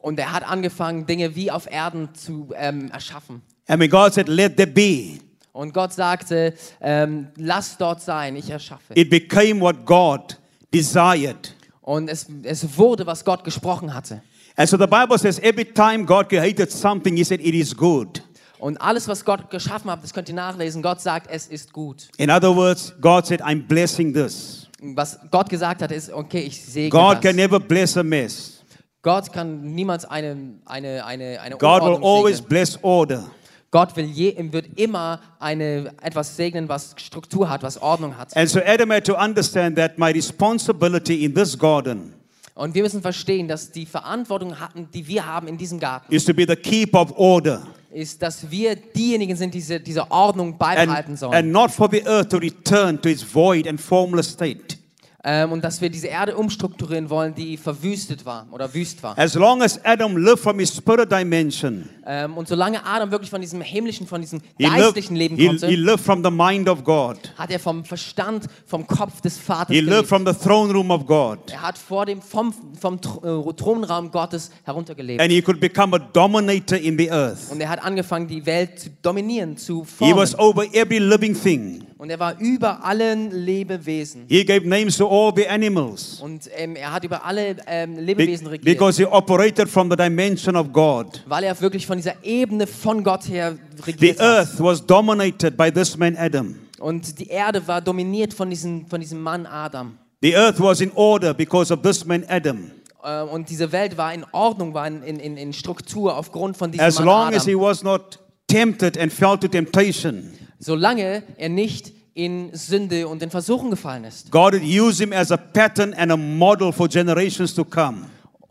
Und er hat angefangen, Dinge wie auf Erden zu ähm, erschaffen. And when God said, Let there be, Und Gott sagte, ähm, lass dort sein, ich erschaffe. it became what God desired. Und es, es wurde, was Gott gesprochen hatte. And so the Bible says every time God created something, he said, It is good. Und alles, was Gott geschaffen hat, das könnt ihr nachlesen, Gott sagt, es ist gut. In other words, God said, I'm blessing this. Was Gott gesagt hat, ist, okay, ich segne God das. can never bless a mess. Gott kann niemals eine, eine, eine, eine God will Unordnung always segnen. bless order. Gott will je, wird immer eine, etwas segnen, was Struktur hat, was Ordnung hat. And so Adam had to understand that my responsibility in this garden Und wir müssen verstehen, dass die Verantwortung, hatten, die wir haben in diesem Garten, is to be the keeper of order ist, dass wir diejenigen sind, die diese, diese Ordnung and, beibehalten sollen. and not for the earth to return to its void and formless state. ähm, und dass wir diese Erde umstrukturieren wollen, die verwüstet war oder wüst war. As long as Adam lived from his spirit dimension, Ähm, und solange Adam wirklich von diesem himmlischen, von diesem he lived, geistlichen Leben he, konnte, he lived from the mind of God, hat er vom Verstand, vom Kopf des Vaters he lived gelebt. from the throne room of God. Er hat vor dem, vom, vom Thr- äh, Thronraum Gottes heruntergelebt. and he could become a dominator in the earth. Und er hat angefangen, die Welt zu dominieren, zu He formen. was over every living thing. Und er war über allen Lebewesen. He gave names to all the animals Und ähm, er hat über alle ähm, be- Lebewesen regiert. because he operated from the dimension of God. weil er wirklich von dieser Ebene von Gott her The regiert hat. earth was dominated by this man Adam. Und die Erde war dominiert von diesem, von diesem Mann Adam. The earth was in order because of this man Adam. Äh, Und diese Welt war in Ordnung, war in, in- in, in Struktur aufgrund von diesem As Mann long Adam. as he was not tempted and fell to temptation, Solange er nicht in Sünde und in Versuchen gefallen ist. God would use him as a pattern and a model for generations to come.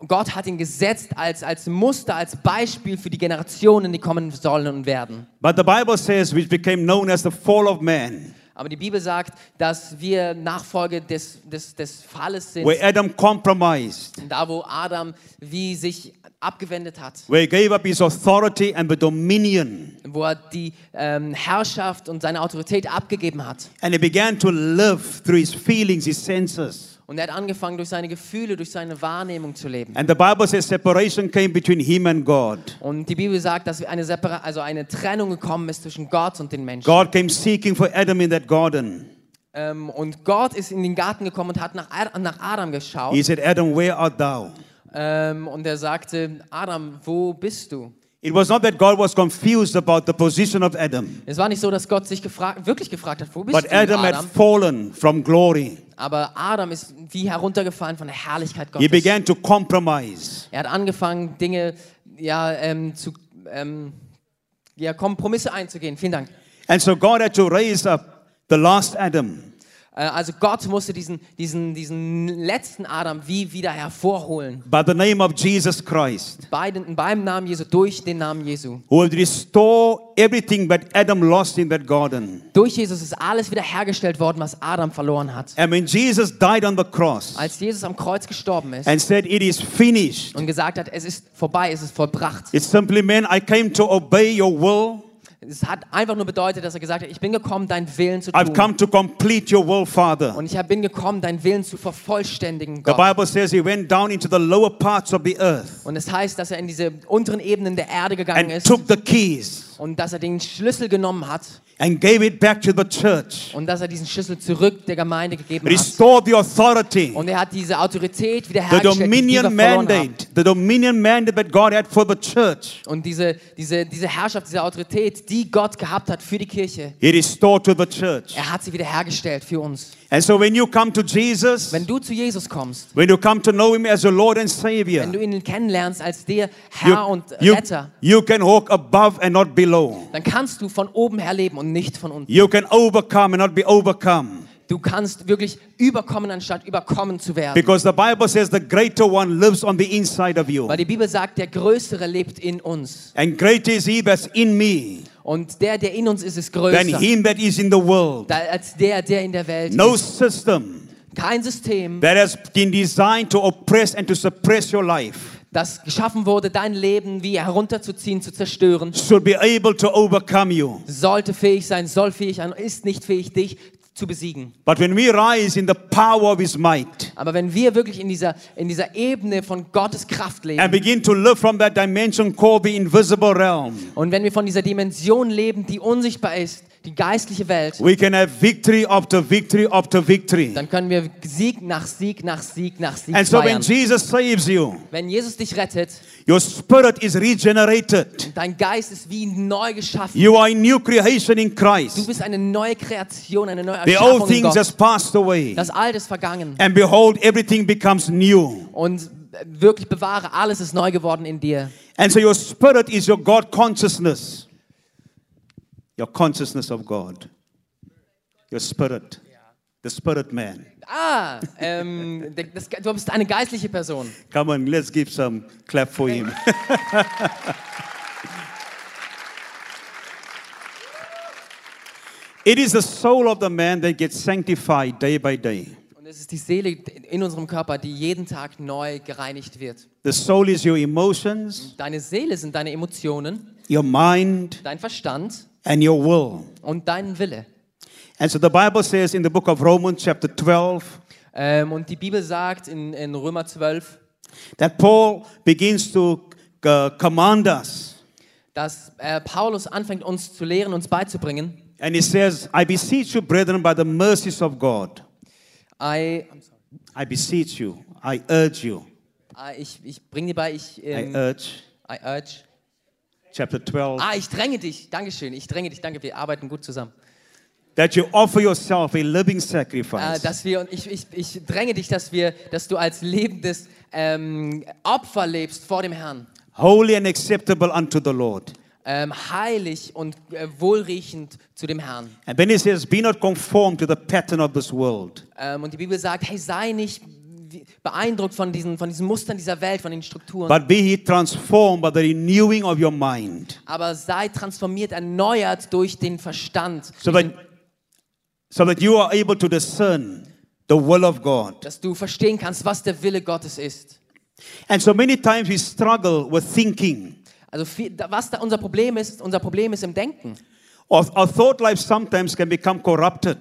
Gott hat ihn gesetzt als, als Muster, als Beispiel für die Generationen, die kommen sollen und werden. But the Bible says, which became known as the fall of man, Aber die Bibel sagt, dass wir Nachfolge des, des, des Falles sind, where Adam compromised. da wo Adam wie sich abgewendet hat. where he gave up his authority and the dominion, wo er die ähm, Herrschaft und seine Autorität abgegeben hat. and he began to live through his feelings, his senses. Und er hat angefangen, durch seine Gefühle, durch seine Wahrnehmung zu leben. And the Bible says separation came between him and God. Und die Bibel sagt, dass eine, Separa also eine Trennung gekommen ist zwischen Gott und den Menschen. God came seeking for Adam in that garden. Ähm, und Gott ist in den Garten gekommen und hat nach, Ad nach Adam geschaut. He said, Adam, where art thou? Ähm, und er sagte, Adam, wo bist du? It was not that God was confused about the position of Adam, Es war nicht so, dass Gott sich gefragt, wirklich gefragt hat, wo bist but du, Adam had Adam? fallen from glory. Aber Adam ist wie heruntergefallen von der Herrlichkeit He Gottes. began to compromise. Er hat angefangen, Dinge, ja, ähm, zu, ähm, ja, Kompromisse einzugehen. Vielen Dank. And so God had to raise up the last Adam, Äh, also Gott musste diesen, diesen, diesen letzten Adam wie wieder hervorholen. by the name of Jesus Christ. Bei den, beim Namen Jesu, durch den Namen Jesu. who will restore everything that Adam lost in that garden. Durch Jesus ist alles wieder hergestellt worden, was Adam verloren hat. And when Jesus died on the cross Als Jesus am Kreuz gestorben ist and said, It is finished, und gesagt hat, es ist vorbei, es ist vollbracht. it simply meant, I came to obey your will. Es hat einfach nur bedeutet, dass er gesagt hat, ich bin gekommen, deinen Willen zu I've tun. come to complete your will, Father. Und ich hab- bin gekommen, deinen Willen zu vervollständigen, The Gott. Bible says he went down into the lower parts of the earth Und es heißt, dass er in diese unteren Ebenen der Erde gegangen and ist took the keys keys und dass er den Schlüssel genommen hat and gave it back to the church, und dass er diesen Schlüssel zurück der Gemeinde gegeben hat. restored the authority, Und er hat diese Autorität the wiederhergestellt, die wir dominion verloren haben. mandate, the dominion mandate that God had for the church. Und diese, diese, diese Herrschaft, diese Autorität, die Gott gehabt hat für die Kirche, He restored to the church. er hat sie wiederhergestellt für uns. And so when you come to Jesus, Wenn du zu Jesus kommst, when you come to know Him as your Lord and Savior, wenn du ihn kennenlernst als der you, Herr und you, Retter, you can walk above and not below. dann kannst du von oben her leben und nicht von unten. You can overcome and not be overcome. Du kannst wirklich überkommen, anstatt überkommen zu werden. Because the Bible says the greater one lives on the inside of you. Weil die Bibel sagt, der Größere lebt in uns. And greater is he that's in me Und der, der in uns ist, ist than größer him that is in the world. da- als der, der in der Welt No ist. system Kein System, that has been designed to oppress and to suppress your life das geschaffen wurde, dein Leben wie herunterzuziehen, zu zerstören, should be able to overcome you. sollte fähig sein, soll fähig sein, ist nicht fähig, dich zu besiegen. But when we rise in the power of his might Aber wenn wir wirklich in dieser, in dieser Ebene von Gottes Kraft and leben begin to live from that dimension called the invisible realm, und wenn wir von dieser Dimension leben, die unsichtbar ist, die geistliche Welt, we can have victory after victory after victory. dann können wir Sieg nach Sieg nach Sieg nach Sieg And so feiern. when Jesus saves you, Wenn Jesus dich rettet, your spirit is regenerated. dein Geist ist wie neu geschaffen. You are a new creation Du in Christ. bist eine neue Kreation, eine neue The old Erschaffung in things Gott. has passed away. Das Alte ist vergangen And behold, everything becomes new. und äh, wirklich bewahre, alles ist neu geworden in dir. And so your spirit is your God consciousness. Your consciousness of God. Your spirit. The spirit man. Ah, ähm, das, du bist eine geistliche Person. Come on, let's give some clap for him. it is the soul of the man that gets sanctified day by day. Und es ist die Seele in unserem Körper, die jeden Tag neu gereinigt wird. The soul is your emotions, Deine Seele sind deine Emotionen, your mind, dein Verstand and your will. und dein Wille. And so the Bible says in the book of Romans, chapter 12, Ähm, und die Bibel sagt in, in Römer 12, that Paul begins to uh, command us. dass äh, Paulus anfängt, uns zu lehren, uns beizubringen. And he says, I beseech you, brethren, by the mercies of God. I, I beseech you. I urge you. I, ich ich bringe dir bei, ich, I ähm, urge. I urge. Chapter 12. Ah, ich dränge dich. Dankeschön. Ich dränge dich. Danke. Wir arbeiten gut zusammen. That you offer yourself a living Äh, sacrifice. dass wir und ich, ich, ich dränge dich, dass wir, dass du als lebendes ähm, Opfer lebst vor dem Herrn. holy and acceptable unto the Lord. ähm, heilig und äh, wohlriechend zu dem Herrn. And then he says, Be not conformed to the pattern of this world, Ähm, und die Bibel sagt, hey, sei nicht wie- beeindruckt von diesen, von diesen Mustern dieser Welt, von den Strukturen, but be ye transformed by the renewing of your mind. aber sei transformiert, erneuert durch den Verstand, So durch den, that, so that you are able to discern the will of God. dass du verstehen kannst, was der Wille Gottes ist. And so many times we struggle with thinking. Also viel, da- was da unser Problem ist, unser Problem ist im Denken. Our, our thought life sometimes can become corrupted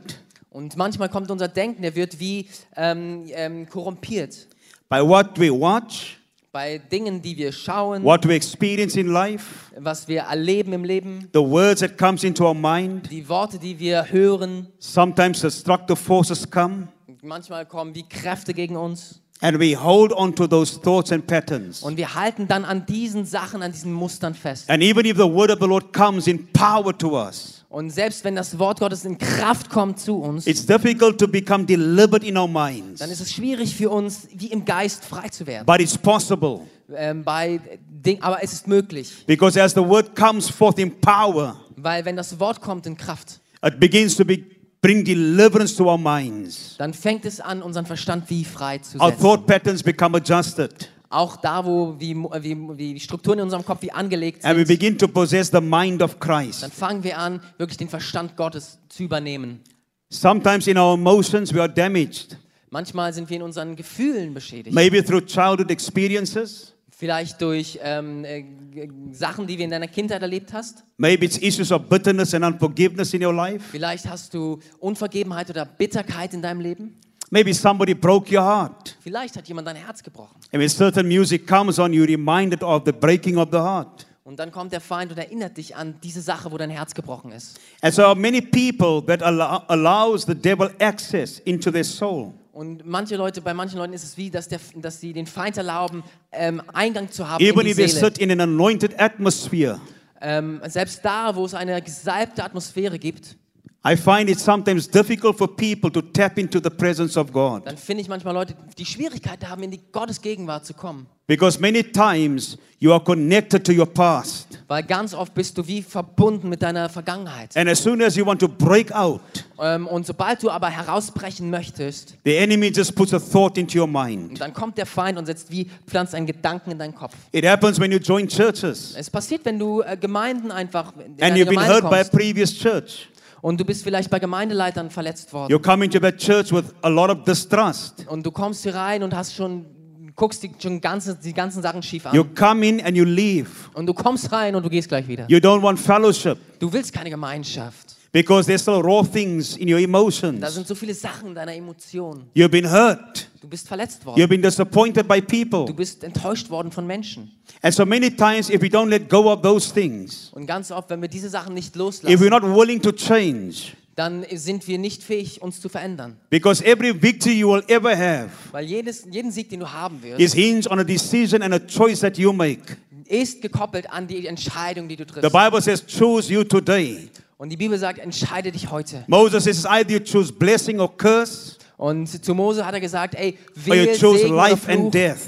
Und manchmal kommt unser Denken, der wird wie ähm, ähm, korrumpiert by what we watch, bei Dingen, die wir schauen, what we experience in life, was wir erleben im Leben, the words that comes into our mind. die Worte, die wir hören. Sometimes destructive forces come. Manchmal kommen wie Kräfte gegen uns And we hold on to those thoughts and patterns. und wir halten dann an diesen Sachen, an diesen Mustern fest. And even if the word of the Lord comes in power to us, Und selbst wenn das Wort Gottes in Kraft kommt zu uns, it's difficult to become deliberate in our dann ist minds. es schwierig für uns, wie im Geist frei zu werden. But it's possible Ähm, bei Ding, aber es ist möglich, because as the word comes forth in power, weil wenn das Wort kommt in Kraft, it begins to be, bring deliverance to our minds. dann fängt es an, unseren Verstand wie frei zu Our setzen. thought patterns become adjusted Auch da, wo wie, wie, wie die Strukturen in unserem Kopf wie angelegt and we sind, begin to possess the mind of dann Christ. fangen wir an, wirklich den Verstand Gottes zu übernehmen. Sometimes in our emotions we are damaged, Manchmal sind wir in unseren Gefühlen beschädigt. maybe through childhood experiences, Vielleicht durch ähm, äh, g- g- Sachen, die wir in deiner Kindheit erlebt hast. maybe it's issues of bitterness and unforgiveness in your life. Vielleicht hast du Unvergebenheit oder Bitterkeit in deinem Leben. Maybe somebody broke your heart. Vielleicht hat jemand dein Herz gebrochen. And when certain music comes on, you're reminded of the breaking of the heart. Und dann kommt der Feind und erinnert dich an diese Sache, wo dein Herz gebrochen ist. And so many people that allow, allows the devil access into their soul. Und manche Leute, bei manchen Leuten ist es wie, dass, der, dass sie den Feind erlauben, ähm, Eingang zu haben Even in if die they Seele. sit in an anointed atmosphere, Ähm, selbst da, wo es eine gesalbte Atmosphäre gibt, I find it sometimes difficult for people to tap into the presence of God dann finde ich manchmal Leute, die Schwierigkeiten haben, in die Gottes Gegenwart zu kommen. because many times you are connected to your past. Weil ganz oft bist du wie verbunden mit deiner Vergangenheit. And as soon as you want to break out, Ähm, und sobald du aber herausbrechen möchtest, the enemy just puts a thought into your mind. dann kommt der Feind und setzt wie, pflanzt einen Gedanken in deinen Kopf. It happens when you join churches Es passiert, wenn du äh, Gemeinden einfach in and eine you've been Gemeinde hurt by a kommst previous church. und du bist vielleicht bei Gemeindeleitern verletzt worden You come into that church with a lot of distrust. und du kommst hier rein und hast schon guckst die, schon ganze, die ganzen Sachen schief an You come in and you leave. und du kommst rein und du gehst gleich wieder. You don't want fellowship Du willst keine Gemeinschaft. because there's still raw things in your Da emotions. sind so viele Sachen in deiner Emotionen. You've been hurt. Du bist verletzt worden. You've been disappointed by Du people. bist enttäuscht worden von Menschen. And so many times, if we don't let go of those things, Und ganz oft, wenn wir diese Sachen nicht if loslassen, we're not willing to change, dann sind wir nicht fähig, uns zu verändern. because every victory you will ever have Weil jedes, jeden Sieg, den du haben wirst, is hinged on a decision and a choice that you make. ist gekoppelt an die Entscheidung, die du The triffst. Bible says, choose you today. Und die Bibel sagt, entscheide dich heute. Moses says, either you choose blessing or curse, Und zu Mose hat er gesagt, ey, or wähl you choose Segen oder, life and Fluch death.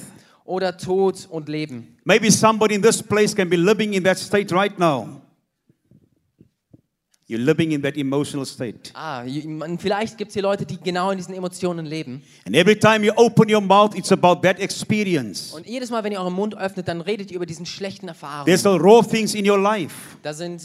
oder Tod und Leben. Maybe somebody in this place can be living in that state right now. You're living in that emotional state. Ah, j- man- vielleicht gibt es hier Leute, die genau in diesen Emotionen leben. And every time you open your mouth, it's about that experience. Und jedes Mal, wenn ihr euren Mund öffnet, dann redet ihr über diesen schlechten Erfahrungen. There's still raw things in your life. Da sind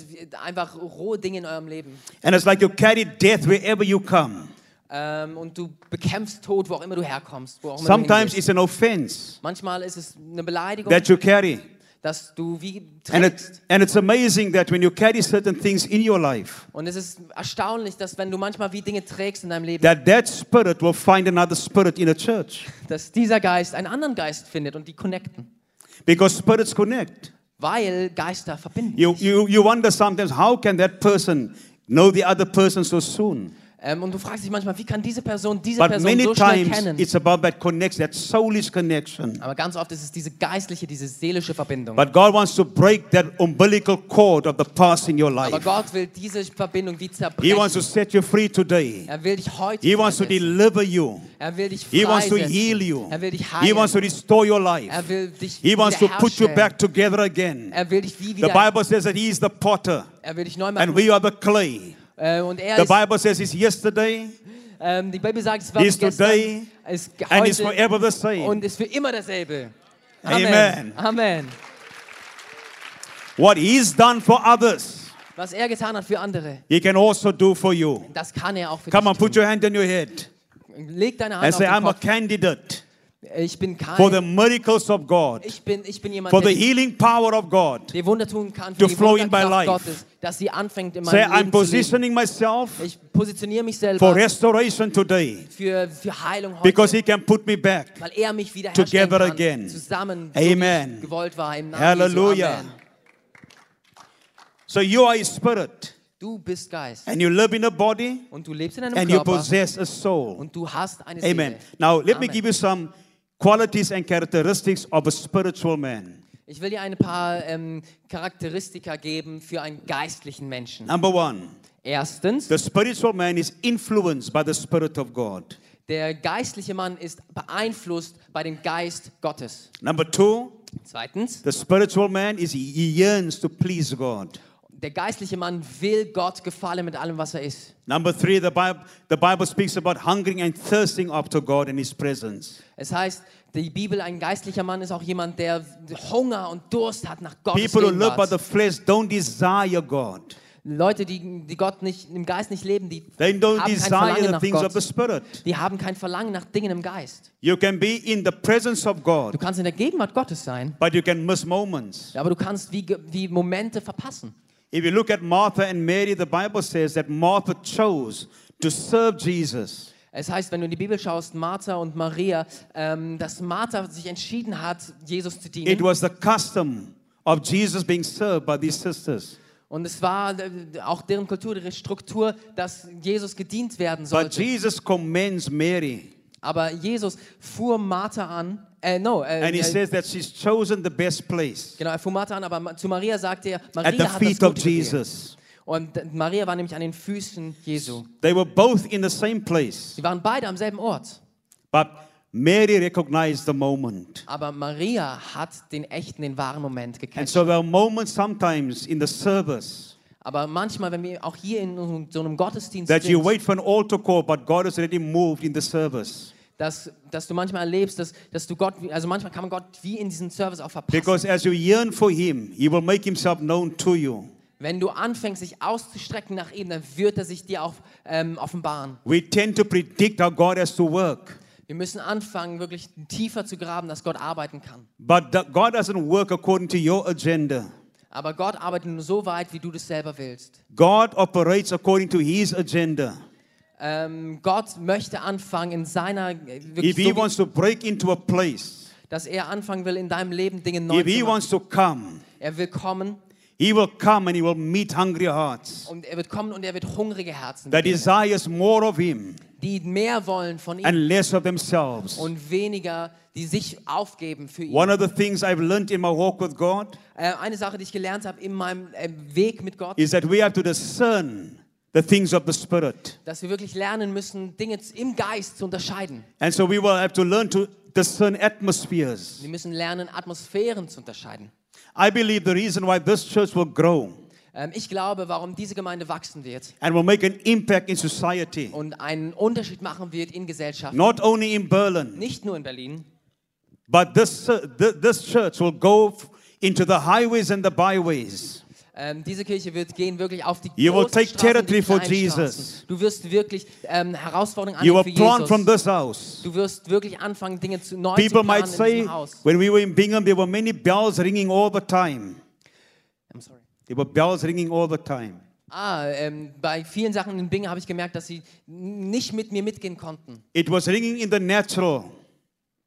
einfach rohe Dinge in eurem Leben. And it's like you carry death wherever you come. Ähm, und du bekämpfst Tod, wo auch immer du herkommst. Wo auch immer Sometimes du it's hingehst. an offense Manchmal ist es eine Beleidigung, that you carry. dass du wie And, trägst. it, and it's amazing that when you carry certain things in your life, Und es ist erstaunlich, dass wenn du manchmal wie Dinge trägst in deinem Leben, that that spirit will find another spirit in a church. dass dieser Geist einen anderen Geist findet und die connecten. Because spirits connect. Weil Geister verbinden. You, you, you wonder sometimes, how can that person know the other person so soon? Ähm, und du fragst dich manchmal, wie kann diese Person diese But Person many so schnell times kennen? it's about that connection, that soulish connection. Aber ganz oft ist es diese geistliche, diese seelische Verbindung. But God wants to break that umbilical cord of the past in your Aber life. Gott will diese Verbindung wie He wants to zerbrechen. set you free today. Er will dich heute He wants to freisetzen. deliver you. Er will dich He wants to freisetzen. heal you. Er will dich He wants to heilen. restore your life. Er will dich He wants to put you wiederherstellen. back together again. Er will dich wie The wieder. Bible says that He is the potter er will dich neu and machen. we are the clay. Äh, und er The ist, Bible says it's yesterday ähm, die Bibel sagt, es war He is gestern, today es ge- and it's heute forever the same. und ist für immer dasselbe. Amen. Amen. Amen. What He's done for others, Was er getan hat für andere, He can also do for you. das kann er auch für Come on, dich put your hand on your head tun. Leg deine Hand and auf say, den I'm a Kopf. candidate Ich bin kein... for the miracles of God, ich, bin, ich bin jemand, for the der die- healing power of God. die Wunder tun kann, to für die flow in my Wunderkraft life. Gottes, dass sie anfängt in meinem Say, Leben I'm zu leben. positioning myself Ich positioniere mich for selber restoration today für, für Heilung heute, because He can put me back. weil er mich wiederherstellen Together kann, again. zusammen, so wie Amen. es gewollt war, im Namen Hallelujah. Jesu. Amen. So you are a spirit Du bist Geist and you live in a body und du lebst in einem and you Körper possess a soul. und du hast eine Amen. Seele. Now, let me Amen. give you some qualities and characteristics of a spiritual man. Ich will dir ein paar ähm, Charakteristika geben für einen geistlichen Menschen. Number one, Erstens, the spiritual man is influenced by the Spirit of God. der geistliche Mann ist beeinflusst bei dem Geist Gottes. Number two, Zweitens, the spiritual man is he yearns to please God. der geistliche Mann will Gott gefallen mit allem, was er ist. Number three, the Bible, the Bible speaks about hungering and thirsting after God and His presence. Es heißt, die Bibel, ein geistlicher Mann ist auch jemand, der Hunger und Durst hat nach Gottes People who live by the Gegenwart. flesh don't desire God. Leute, die, die Gott nicht, im Geist nicht leben, die They haben don't kein desire Verlangen the nach things of the Gott. Spirit. Die haben kein Verlangen nach Dingen im Geist. You can be in the presence of Du God, kannst in der Gegenwart Gottes sein, but you can miss moments. aber du kannst wie, ge- wie Momente verpassen. If you look at Martha and Mary, the Bible says that Martha chose to serve Jesus. Es heißt, wenn du in die Bibel schaust, Martha und Maria, ähm, dass Martha sich entschieden hat, Jesus zu It dienen. was the custom of Jesus being served by these sisters. Und es war äh, auch deren Kultur, ihre Struktur, dass Jesus gedient werden But sollte. Jesus commends Mary Aber Jesus fuhr Martha an, äh, no, äh, and he äh, says that she's chosen the best place genau, er fuhr Martha an, aber ma- zu Maria sagte er, at the Maria hat das feet of Gute gewählt. Jesus. Und äh, Maria war nämlich an den Füßen Jesu. They were both in the same place, Sie waren beide am selben Ort. but Mary recognized the moment. Aber Maria hat den echten, den wahren Moment And gekannt. so there are moments sometimes in the service Aber manchmal, wenn wir auch hier in unserem- so einem Gottesdienst that you sind, wait for an altar call, but God has already moved in the service. dass, dass du manchmal erlebst, dass, dass du Gott, also manchmal kann man Gott wie in diesem Service auch verpassen. Because as you yearn for Him, He will make Himself known to you. Wenn du anfängst, dich auszustrecken nach ihm, dann wird er sich dir auch ähm, offenbaren. We tend to predict how God has to work, Wir müssen anfangen, wirklich tiefer zu graben, dass Gott arbeiten kann. but th- God doesn't work according to your agenda. Aber Gott arbeitet nur so weit, wie du das selber willst. God operates according to His agenda. Ähm, Gott möchte anfangen in seiner, äh, wirklich If He so, wants to break into a place, wie- dass er anfangen will, in deinem Leben Dinge neu if zu He machen. wants to come, Er will kommen He will come and He will meet hungry hearts und er wird kommen und er wird hungrige Herzen that begegnen, desires more of Him die mehr wollen von ihm and less of themselves. und weniger, die sich aufgeben für ihn. One of the things I've learned in my walk with God Äh, eine Sache, die ich gelernt habe in meinem äh, Weg mit Gott, is that we have to discern the things of the Spirit. dass wir wirklich lernen müssen, Dinge z- im Geist zu unterscheiden. And so we will have to learn to discern atmospheres. Wir müssen lernen, Atmosphären zu unterscheiden. I believe the reason why this church will grow Ähm, ich glaube, warum diese Gemeinde wachsen wird and will make an impact in society, und einen Unterschied machen wird in Gesellschaft, not only in Berlin, nicht nur in Berlin, but this, uh, th- this church will go f- into the highways and the byways. ähm, diese Kirche wird gehen wirklich auf die You will großen take Straßen, und territory die for kleinen Jesus. Straßen. Du wirst wirklich ähm, Herausforderungen You annehmen will für plant from Jesus. this house. Du wirst wirklich anfangen, Dinge zu neu People zu might planen in say, diesem Haus. when we were in Bingham, there were many bells ringing all the time. I'm sorry. There were bells ringing all the time. Ah, ähm, bei vielen Sachen in Binge habe ich gemerkt, dass sie n- nicht mit mir mitgehen konnten. It was ringing in the natural,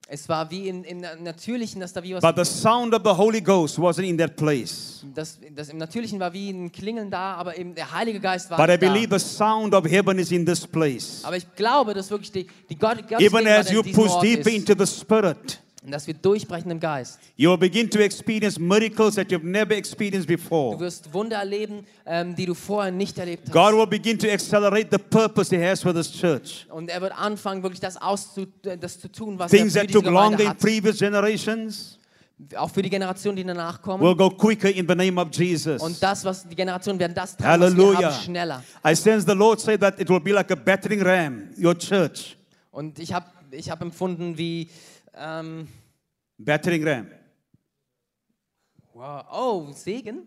Es war wie im, im Na- Natürlichen, dass da wie was, but the sound of the Holy Ghost wasn't in that place. das, das im Natürlichen war wie ein Klingeln da, aber eben der Heilige Geist war But I nicht believe da. the sound of heaven is in this place. Aber ich glaube, dass wirklich die, die Gott, Gottes Even Gegenwart as an you diesem push Ort deeper ist, into the Spirit, und dass wir durchbrechen im Geist. you will begin to experience miracles that you've never experienced Du before. wirst Wunder erleben, ähm, die du vorher nicht erlebt hast. God will begin to accelerate the purpose He has for this church. und er wird anfangen, wirklich das, auszu äh, das zu tun, was Things er that für diese took longer Gemeinde in hat. previous generations Auch für die Generationen, die danach kommen. will go quicker in the name of und Jesus. das, was die Generationen werden, das tragen, was wir Hallelujah. haben, schneller. I sense the Lord say that it will be like a battering ram, your church. Und ich habe ich hab empfunden, wie. Ähm, Battering ram. wow, oh, Segen?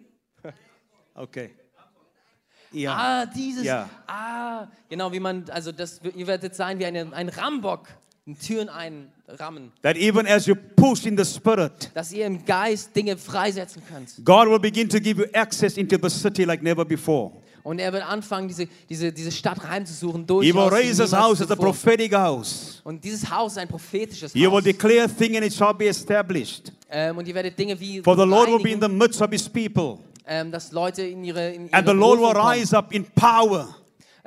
Okay. Yeah. Ah, dieses. Ja. Ah, genau, wie man. Also, das, ihr werdet sein wie eine, ein Rambock. in Türen einrammen. That even as you push in the Spirit, Dass ihr im Geist Dinge freisetzen könnt. God will begin to give you access into the city like never before. Und er wird anfangen, diese, diese, diese Stadt heimzusuchen. Durch He will raise his house as a prophetic house. Und dieses Haus ist ein prophetisches You will Haus. declare a thing and it shall be established. Ähm, und ihr werdet Dinge wie. For the Lord will be in the reinigen, midst of his people. ähm, dass Leute in ihre. In ihre And the Lord will Berufung kommen. rise up in power.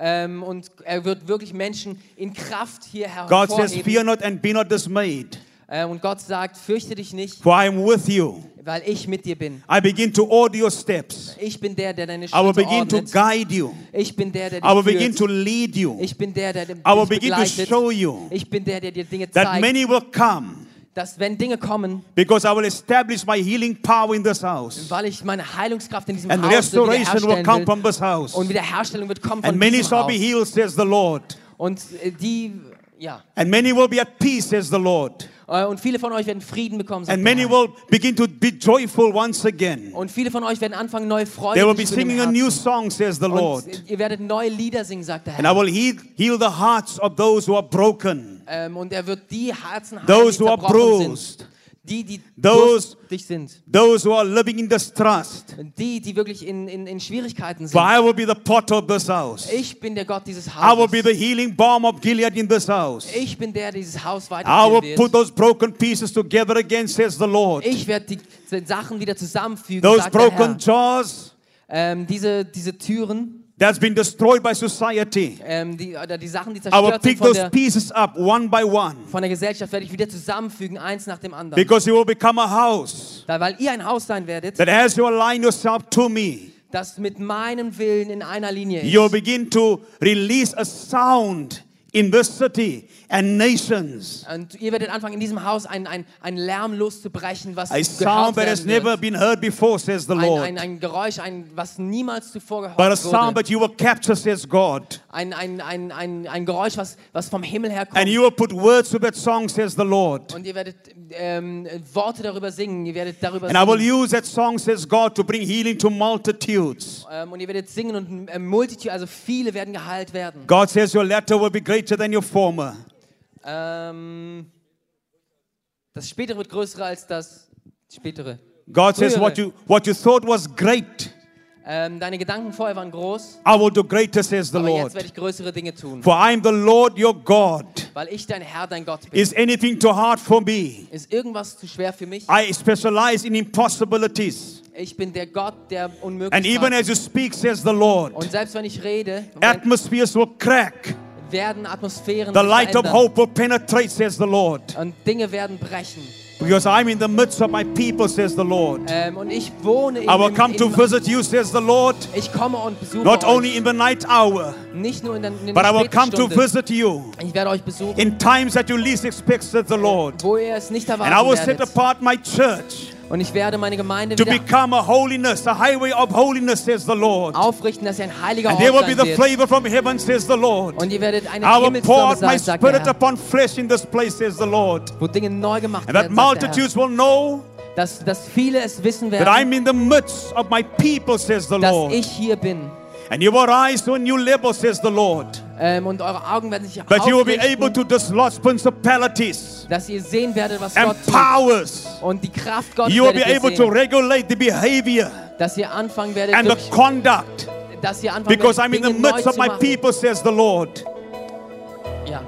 Ähm, und er wird wirklich Menschen in Kraft hier God says, hervorheben. Fear not and be not dismayed, Ähm, und Gott sagt, fürchte dich nicht, for I am with you. weil ich mit dir bin. I begin to order your steps. Ich bin der, der deine I will Schritte begin to ordnet. guide you. Ich bin der, der I dich will begin führt. to lead you. Ich bin der, der dich I will begin to begleitet. show you Ich bin der, der dir Dinge that zeigt, many will come dass wenn Dinge kommen, because I will establish my healing power in this house. weil ich meine Heilungskraft in diesem And Haus restoration will wiederherstellen come from will this house. und Wiederherstellung wird kommen And von many diesem shall Haus. be healed, says the Lord. Und äh, die, ja, And many will be at peace, says the Lord. Äh, und viele von euch werden Frieden bekommen. sagt And der many Herr. will begin to be joyful once again. Und viele von euch werden anfangen, neue Freude They will zu be spüren im singing a Herzen. new song, says the Lord. Und ihr werdet neue Lieder singen, sagt der And I Herr. will heal, heal the hearts of those who are broken, Ähm, und er wird die Herzen heilen, those die who are zerbrochen sind. bruised, Die, die Those- durstig sind. Those who are living in distrust, Und die, die wirklich in, in, in Schwierigkeiten for sind. I will be the pot of this house. Ich bin der Gott dieses I will be Hauses. the healing balm of Gilead in this house. Ich bin der, der dieses Haus I will put weiterführen wird. those broken pieces together again, says the Lord. Ich werde die, die Sachen wieder zusammenfügen, Those sagt der Herr. broken jaws Ähm, diese, diese Türen, that's been destroyed by society. ähm, die, oder die Sachen, die I will zerstört sind pick von those der, pieces up one by one von der Gesellschaft, werde ich wieder zusammenfügen, eins nach dem anderen. because it will become a house Da, weil ihr ein Haus sein werdet, that as you align yourself to me, das mit meinem Willen in einer Linie you'll ist. begin to release a sound in this city and nations. Und ihr werdet anfangen, in diesem Haus einen ein, ein Lärm loszubrechen, was A gehört sound that werden has never wird. been heard before, says the Ein, ein, Lord. ein Geräusch, ein, was niemals zuvor gehört But a sound wurde. that you will capture, says God. Ein, ein, ein, ein, ein Geräusch, was, was vom Himmel And herkommt. you will put words to that song, says the Lord. Und ihr werdet ähm, Worte darüber singen, ihr werdet darüber And I will singen. use that song, says God, to bring healing to multitudes. Ähm, und ihr werdet singen und äh, Multitude, also viele werden geheilt werden. God says your latter will be greater than your former. Ähm, das Spätere wird größer als das Spätere. God says what you what you thought was great, Ähm, deine Gedanken vorher waren groß, I will do greater, says the aber jetzt werde Lord. ich größere Dinge tun, For I am the Lord your God. weil ich dein Herr, dein Gott bin. Is anything too hard for me? Ist irgendwas zu schwer für mich? I specialize in impossibilities. Ich bin der Gott, der And even Unmöglichkeiten. as you speak, says the Lord, Und selbst wenn ich rede, Moment, atmospheres will crack. werden Atmosphären The sich light of verändern. hope will penetrate, says the Lord. und Dinge werden brechen. Because I'm in the midst of my people, says the Lord. Ähm, und ich wohne in I will dem- come in to dem- visit you, says the Lord, Ich komme und besuche not euch. only in the night hour, nicht nur in der, in der but I will späten come to Stunde. visit you Ich werde euch besuchen, in times that you least expect, says the Lord. wo ihr es nicht And I will erwarten set werdet. apart my church Und ich werde meine Gemeinde to wieder become a holiness, a highway of holiness, says the Lord. aufrichten, dass ihr ein heiliger And Ort there will be sein the wird. flavor from heaven, says the Lord. Und ihr werdet eine I will pour Himmelsflamme out my sein, sagt der spirit Herr, upon flesh in this place, says the Lord. wo Dinge neu gemacht And that werden, sagt der Herr. multitudes will know Dass, dass viele es wissen that werden, I'm in the midst of my people, says the dass Lord. ich hier bin. And you will rise to a new level, says the Lord. Ähm, und eure Augen werden sich But you will be able aufrichten, to dislodge principalities dass ihr sehen werdet, was and Gott tut. powers. Und die Kraft Gottes You will be werdet ihr able to sehen, regulate the behavior dass ihr anfangen werdet, and the durch, conduct. dass ihr anfangen Because I'm in werdet, the Dinge neu midst of zu my machen. people, says the Lord. Ja.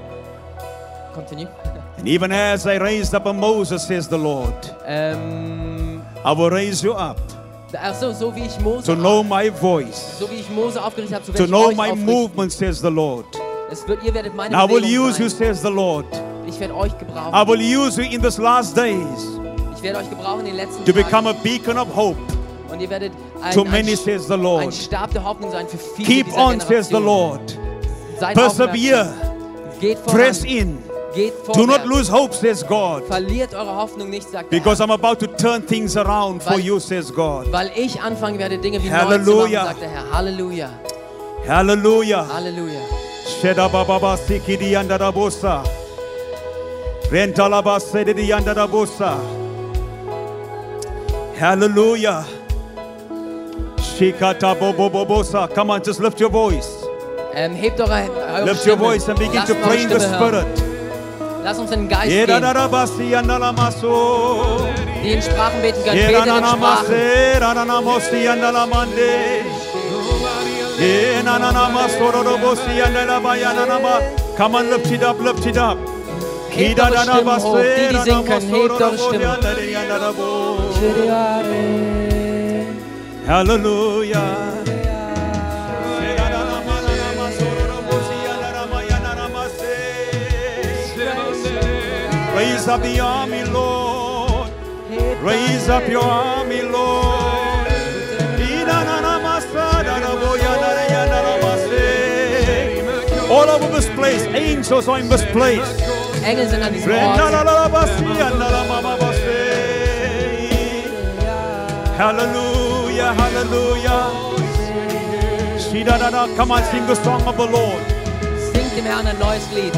Continue. And even as I raised up a Moses, says the Lord, Ähm, I will raise you up ach so, so wie ich Mose, to know my voice, so wie ich Mose aufgerichtet habe, so werde to ich know euch my aufrichten. movement, says the Lord. Es wird, ihr werdet meine And I will Bewegung use you, sein. says the Lord. Ich werde euch I gebrauchen. will use you in these last days Ich werde euch gebrauchen in den letzten to Tagen. become a beacon of hope Und ihr werdet ein, to ein, many, says the ein Lord. Stab der Hoffnung sein für viele Keep dieser on, says the Generationen. Lord. Seid Persevere. aufmerksam. Geht voran. Press in. Geht Do not vorwärts. lose hope, says God. Verliert eure Hoffnung nicht, sagt der Because I'm about to turn things around for you, says Herr. God. Weil ich anfangen werde, Dinge wie neu zu Halleluja. machen, sagt der Herr. Halleluja. Hallelujah. Halleluja. Shedababa sikidi andarabosa. Rentalaba sedidi andarabosa. Hallelujah. Shikata bobobobosa. Come on, just lift your voice. Ähm, hebt eure, eure Lift your Stimme. voice and begin Lasst to eure pray in the Stimme hören. spirit. Lasst uns in den Geist gehen. Yedadarabasi andalamaso. Die in Sprachen beten können, betet in Sprachen. Come on, lift it up, lift it up. Hebt eure Stimmen hoch. Die, die singen können, hebt eure Stimmen. Hallelujah. Raise up the army, Lord. Raise up your army, Lord. All over this place, angels are in this place. Engel sind an diesem Ort. Hallelujah, hallelujah. Shidadada, Come on, sing the song of the Lord. Singt dem Herrn ein neues Lied.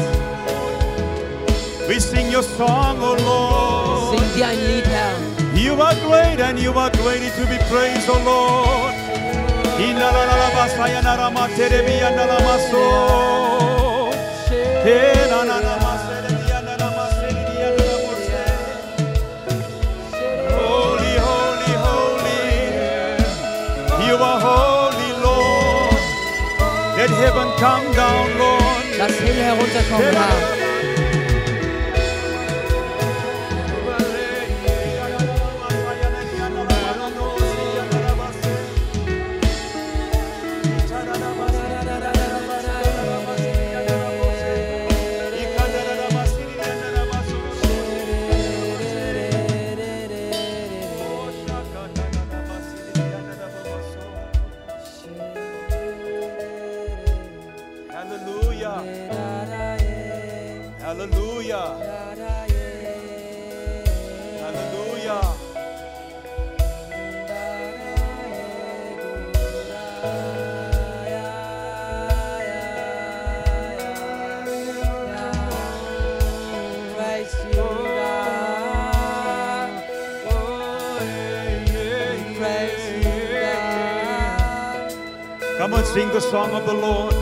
We sing your song, O Lord. Sing dir ein Lied, Herr. You are great and you are greatly to be praised, O Lord. Inalalalabasayanaramaterebiyanalamaso. Enananamaserediyanalamaseridiyanalamote. Let heaven come down, Lord. Lass Himmel herunterkommen, Herr. Hallelujah. Hallelujah. Hallelujah. Come on, sing the song of the Lord.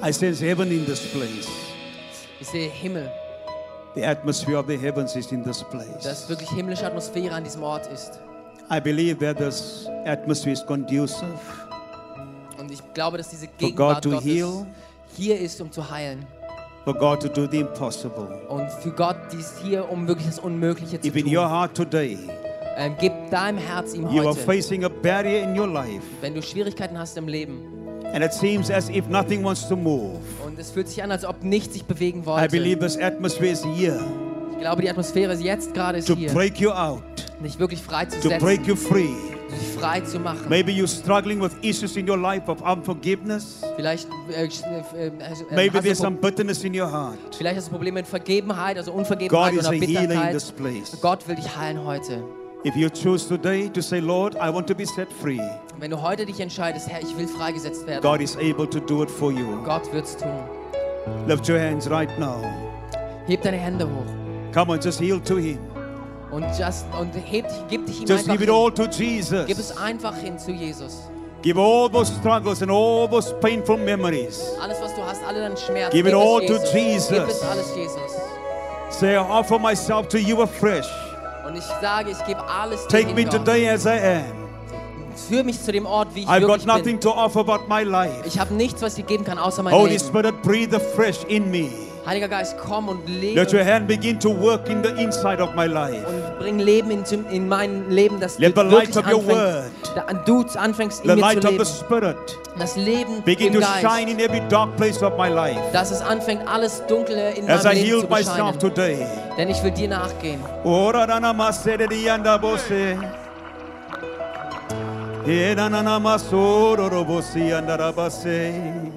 I sense heaven in this place. Ich sehe Himmel, The atmosphere of the heavens is in this dass place. wirklich himmlische Atmosphäre an diesem Ort ist. I believe that this atmosphere is conducive Und ich glaube, dass diese Gegenwart to Gottes heal. hier ist, um zu heilen. for God to do the impossible. Und für Gott dies hier, um wirklich das Unmögliche zu If in your tun. heart today Ähm, gib deinem Herz ihm you are heute. facing a barrier in your life Wenn du Schwierigkeiten hast im Leben and it seems as if nothing wants to move, und es fühlt sich an, als ob nichts sich bewegen I wollte. believe this atmosphere is here Ich glaube, die Atmosphäre ist jetzt gerade ist to hier, break you out, dich wirklich frei zu to setzen, break you free. dich frei zu machen. Maybe you're struggling with issues in your life of unforgiveness. Vielleicht, äh, äh, äh, hast Maybe du there's Pro- some bitterness in your heart. vielleicht hast du Probleme mit Vergebenheit, also God Unvergebenheit is oder a healer in Bitterkeit. this place. Gott will dich heilen heute. If you choose today to say, Lord, I want to be set free, Und Wenn du heute dich entscheidest, Herr, ich will freigesetzt werden, God is able to do it for you. Gott wird's tun. Lift your hands right now. Heb deine Hände hoch Come on, just heal to Him. und, just, und heb, dich- gib dich ihm Just einfach give hin. it all to Gib es Jesus. einfach hin zu Jesus. Give all those struggles and all those painful memories. Alles, was du hast, alle deine Schmerzen, Give it gib es all to Jesus. Gib Jesus. es alles Jesus. Say, I offer myself to you afresh. Und ich sage, ich gebe alles dir Take hin, me Gott. today as I am. Führ mich zu dem Ort, wie ich I've got wirklich nothing bin. to offer but my life. Ich habe nichts, was ich dir geben kann, außer mein Holy Leben. Spirit, breathe afresh in me. Heiliger Geist, komm und lebe Let your hand begin to work in the inside of my life. und bring Leben in, zum- in mein Leben, dass Let du the light wirklich of your anfängst, da, du anfängst in The mir light zu of the leben. Spirit. Das Leben Begin im to Geist, shine in every dark place of my life. dass es anfängt, alles Dunkle in As I meinem Leben zu healed myself bescheinen. today. Denn ich will dir nachgehen. Ora na namaste de dianda bose. E na na namasoro robosi andarabase.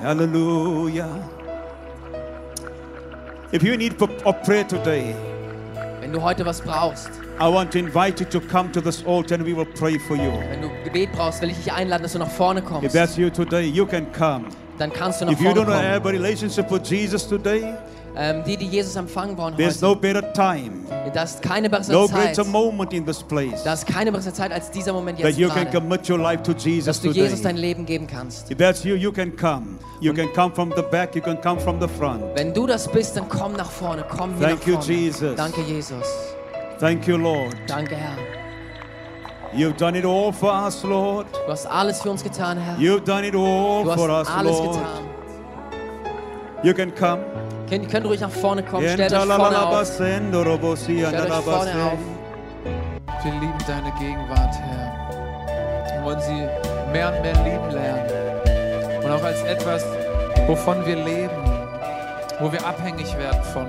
Hallelujah. If you need for, of prayer today, Wenn du heute was brauchst, I want to invite you to come to this altar and we will pray for you. wenn du Gebet brauchst, will ich dich einladen, dass du nach vorne If kommst. that's you today, you can come. Dann kannst du nach If you vorne don't kommen. have a relationship with Jesus today, Ähm, die, die Jesus empfangen wollen there's heute, no better time. das ist keine bessere No Zeit. greater moment in this place Das ist keine bessere Zeit als dieser Moment that jetzt you can gerade. commit your life to Jesus Dass du Jesus today. dein Leben geben kannst. If that's you, you can come. You can come from the back, you can come from the front. Wenn du das bist, dann komm nach vorne, komm hier Thank nach you, vorne. Jesus. Danke, Jesus. Thank you, Lord. Danke, Herr. You've done it all for us, Lord. Du hast alles für uns getan, Herr. You've done it all du hast for us, alles Lord. getan. You can come. Könnt, könnt ruhig nach vorne kommen. Stellt euch vorne auf. Stellt euch vorne auf. Yen-ta-la-la-la-ba-sen-do-ro-bo-si-yan-da-la-ba-sen. Wir lieben deine Gegenwart, Herr. Wir wollen sie mehr und mehr lieben lernen. Und auch als etwas, wovon wir leben, wo wir abhängig werden von.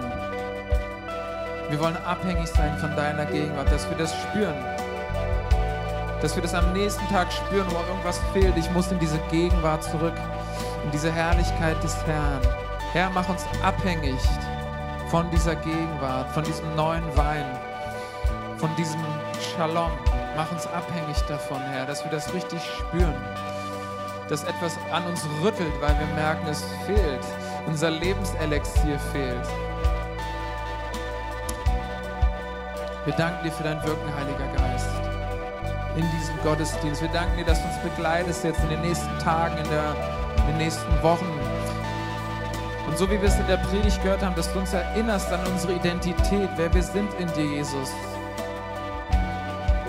Wir wollen abhängig sein von deiner Gegenwart, dass wir das spüren. Dass wir das am nächsten Tag spüren, wo irgendwas fehlt. Ich muss in diese Gegenwart zurück, in diese Herrlichkeit des Herrn. Herr, mach uns abhängig von dieser Gegenwart, von diesem neuen Wein von diesem Shalom. Mach uns abhängig davon, Herr, dass wir das richtig spüren. dass etwas an uns rüttelt, weil wir merken, es fehlt. Unser Lebenselixier fehlt. Wir danken dir für dein Wirken, Heiliger Geist, in diesem Gottesdienst. Wir danken dir, dass du uns begleitest jetzt in den nächsten Tagen, in, der, in den nächsten Wochen. Und so wie wir es in der Predigt gehört haben, dass du uns erinnerst an unsere Identität, wer wir sind in dir, Jesus.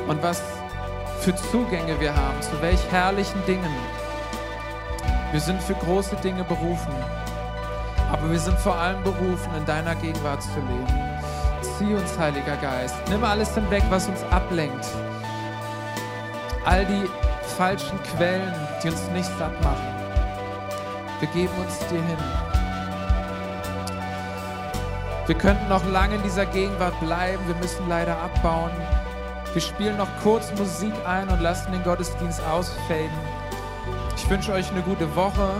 Und was für Zugänge wir haben, zu welch herrlichen Dingen. Wir sind für große Dinge berufen, aber wir sind vor allem berufen, in deiner Gegenwart zu leben. Zieh uns, Heiliger Geist. Nimm alles hinweg, was uns ablenkt. All die falschen Quellen, die uns nicht satt machen. Wir geben uns dir hin. Wir könnten noch lange in dieser Gegenwart bleiben. Wir müssen leider abbauen. Wir spielen noch kurz Musik ein und lassen den Gottesdienst ausfaden. Ich wünsche euch eine gute Woche.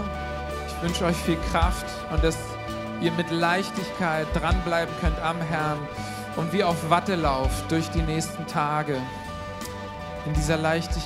Ich wünsche euch viel Kraft und dass ihr mit Leichtigkeit dranbleiben könnt am Herrn und wie auf Watte lauft durch die nächsten Tage. In dieser Leichtigkeit.